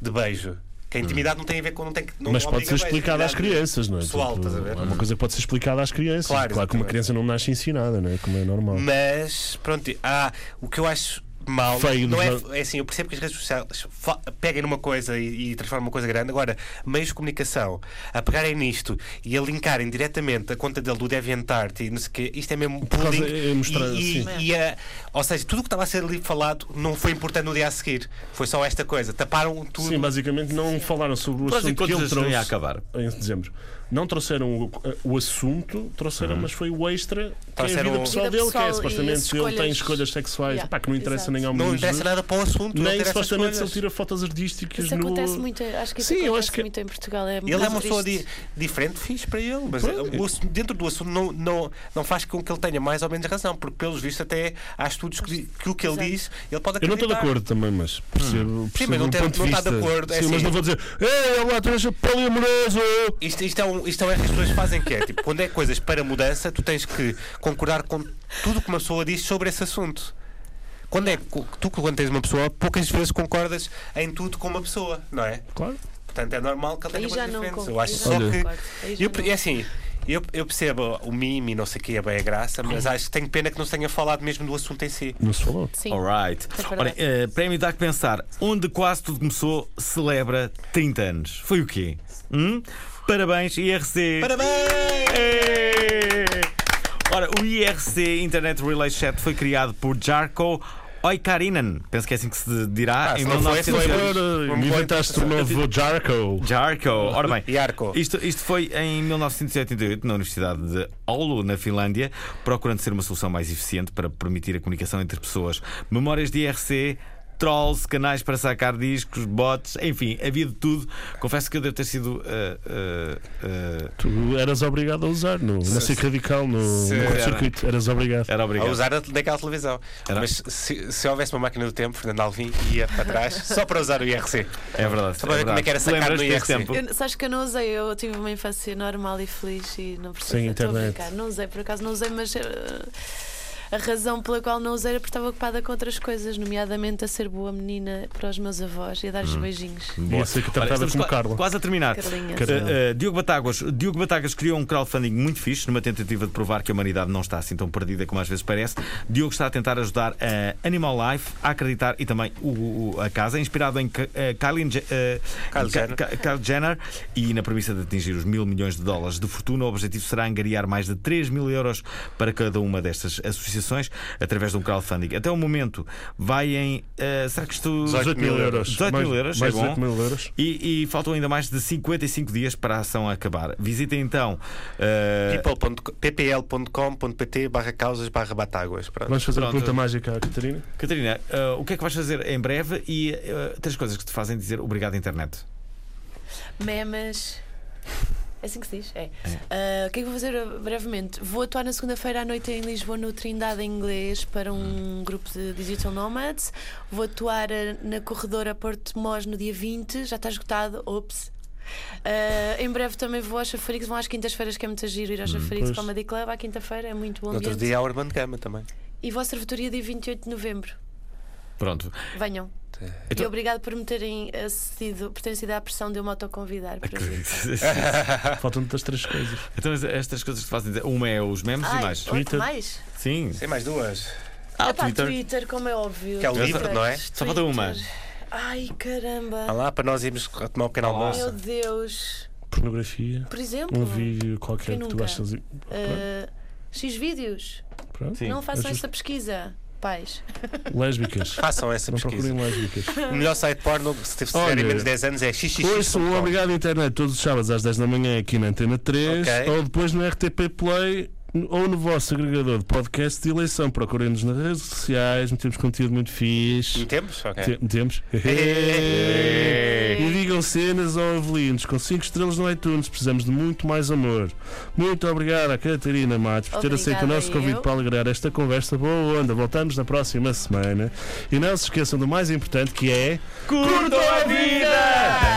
de beijo. Que a intimidade não tem a ver com. Não tem, que- não
Mas
não
pode ser
obriga beijo,
explicada às
intimidade
crianças, não é?
Pessoal,
Tipo,
estás a ver?
É uma coisa que pode ser explicada às crianças.
Claro,
Claro, que uma
exatamente.
criança não nasce ensinada, não é? Como é normal.
Mas, pronto, há, o que eu acho mal.
Feio
não
dos
é, é assim, eu percebo que as redes sociais fa- peguem numa coisa e, e transformam numa coisa grande. Agora, meios de comunicação a pegarem nisto e a linkarem diretamente a conta dele do DeviantArt e não sei o quê, isto é mesmo
causa-
bullying.
é mostrar,
e, e-
sim.
e a- ou seja, tudo o que estava a ser ali falado não foi importante no dia a seguir. Foi só esta coisa. Taparam tudo.
Sim, basicamente não falaram sobre o
Prós e
assunto que
contras
ele
estão
trouxe
a acabar.
em dezembro. Não trouxeram o, o assunto, trouxeram, mas foi o extra que é a
Uhum. Trouxeram
vida
o-
pessoal
Vida
dele, que
pessoal
é
e
supostamente
as
se ele tem
escolhas.
escolhas sexuais
Yeah,
pá, que não interessa
exato.
nem ao
Não
menino
interessa
Jesus,
nada para o assunto. ele
Nem
ter essas
supostamente se ele
escolhas.
tira fotos artísticas
Isso
no-
acontece muito, acho que isso
Sim, eu
acontece
acho que-
muito em Portugal. É
Ele é uma pessoa
triste.
di- diferente, fixe para ele, mas o assu- dentro do assunto não, não, não faz com que ele tenha mais ou menos razão, porque pelos vistos até há estudos que, di- que o que ele
Exato.
diz, ele pode
Eu não estou
acreditar. Hum.
de acordo também, mas percebo, percebo
mas não
um
tem-
ponto
não
de
está
vista.
de acordo, é
Sim, mas
assim.
não vou dizer, ei, olá, tu és poliamoroso!
Isto, isto, é um, isto é o que as pessoas fazem, que é tipo, quando é coisas para mudança, tu tens que concordar com tudo o que uma pessoa diz sobre esse assunto. Quando é co- tu, quando tens uma pessoa, poucas vezes concordas em tudo com uma pessoa, não é?
Claro.
Portanto, é normal que ele
Aí
tenha
já
coisas
não
diferentes.
concordo.
Eu acho só
Olha.
que.
Aí já
Eu,
não-
é assim, eu, eu percebo o mime e não sei o que é bem a graça, mas acho que tenho pena que não se tenha falado mesmo do assunto em si.
Não se falou.
Sim.
Alright.
É verdade.
Ora, eh, prémio dá que pensar. Onde quase tudo começou, celebra 30 anos. Foi o quê? Hum? Parabéns, IRC! Parabéns! Ora, o IRC Internet Relay Chat foi criado por Jarko Oikarinen. Penso que é assim que se dirá.
Ah, se
em
não foi,
1900
foi
Agora,
Vamos lá,
inventaste o
*laughs*
novo Jarko.
Jarko, ora bem.
Jarko.
Isto, isto foi em 1988, na Universidade de Oulu, na Finlândia, procurando ser uma solução mais eficiente para permitir a comunicação entre pessoas. Memórias de IRC trolls, canais para sacar discos, bots, enfim, havia de tudo. Confesso que eu devo ter sido. ah, ah, ah,
Tu eras obrigado a usar no, na SIC Radical, no, no
era.
circuito. Eras obrigado.
era
A
obrigado.
usar a- daquela televisão.
Era.
Mas se, se houvesse uma máquina do tempo, Fernando Alvim ia para
*laughs*
trás só para usar o IRC.
É verdade.
Só para
é
ver como é que era
verdade.
sacar no
Lembras-te desse
IRC?
tempo?
Eu, sabes que eu não usei, eu tive uma infância normal e feliz e não precisei.
Sem
estou a
internet.
brincar. Não usei, por acaso não usei, mas eh, a razão pela qual não usei era porque estava ocupada com outras coisas, nomeadamente a ser boa menina para os meus avós e a dar-lhes beijinhos.
Ia ser que
Olha,
tratada
estamos
como
qua-
Carla.
Quase a terminar.
Carlinha.
Carlinha.
Uh, uh, Diogo Batáguas Diogo Batáguas criou um crowdfunding muito fixe numa tentativa de provar que a humanidade não está assim tão perdida como às vezes parece. Diogo está a tentar ajudar a Animal Life a acreditar e também o- o- a casa, inspirado em Ka- eh, Kylie Je- eh,
Kylie
Ka-
Jenner.
Ka- Kylie Jenner e na premissa de atingir os mil milhões de dólares de fortuna, o objetivo será angariar mais de 3 mil euros para cada uma destas associações através de um crowdfunding. Até o momento vai em. eh, será que isto.
18 mil euros.
18
mais,
mil euros,
mais
é bom.
18 mil euros.
E, e faltam ainda mais de 55 dias para a ação acabar. Visitem então.
É.
eh,
people.com- ppl.com.pt barra causas barra batáguas. Pronto.
Vamos fazer
Pronto.
a pergunta mágica à Catarina.
Catarina, eh, o que é que vais fazer em breve e eh, três coisas que te fazem dizer obrigado, internet?
Memes. É assim que se diz? É. Ah, o que é que vou fazer ah, brevemente? Vou atuar na segunda-feira à noite em Lisboa no Trindade em inglês para um grupo de Digital Nomads. Vou atuar ah, na Corredora Porto Mós no dia 20, já está esgotado, ops. Ah, em breve também vou aos Chafaricos, vão às quintas-feiras, que é muito giro ir aos Chafaricos
pois.
Comedy Club à quinta-feira, é muito bom
No outro
ambiente.
dia a Urban Gama também.
E vou à Servatoria dia 28 de novembro.
Pronto.
Venham.
Então-
E obrigado por me terem acedido, por terem sido à pressão de eu me autoconvidar. para vir.
Ah.
Faltam-te as três coisas.
*laughs* então, as- estas coisas que te fazem dizer. Uma é os memes
Ai,
e mais.
outro
Twitter.
mais?
Sim.
Tem mais duas.
Ah,
Epá, Twitter. como é óbvio.
Que é o
Twitter,
livre, não é?
Só falta uma.
Twitter. Ai,
Vá
caramba.
lá para nós irmos tomar um pequeno
Meu
almoço.
Deus.
Pornografia.
Por exemplo,
Um vídeo qualquer
Quem
que tu
Hum. nunca?
achas.
ah, X vídeos.
Pronto.
Sim.
Não façam
Achas-
essa pesquisa, pais.
Lésbicas.
Façam essa
Não
pesquisa.
procurem lésbicas.
O melhor site porno, se tiverem
Olha.
menos de 10 anos, é xixi.
Ouçam um Obrigado Internet todos os sábados às 10 da manhã aqui na Antena 3
Ok.
ou depois no RTP Play ou no vosso agregador de podcast de eleição. Procurem-nos nas redes sociais, metemos conteúdo muito fixe.
Temos? Ok.
Te- Metemos. E digam cenas ou avelinos com 5 estrelas no iTunes. Precisamos de muito mais amor. Muito obrigado à Catarina Matos por ter
Obrigada
aceito o nosso
eu.
convite para alegrar esta conversa boa onda. Voltamos na próxima semana. E não se esqueçam do mais importante que é.
Curtam a vida!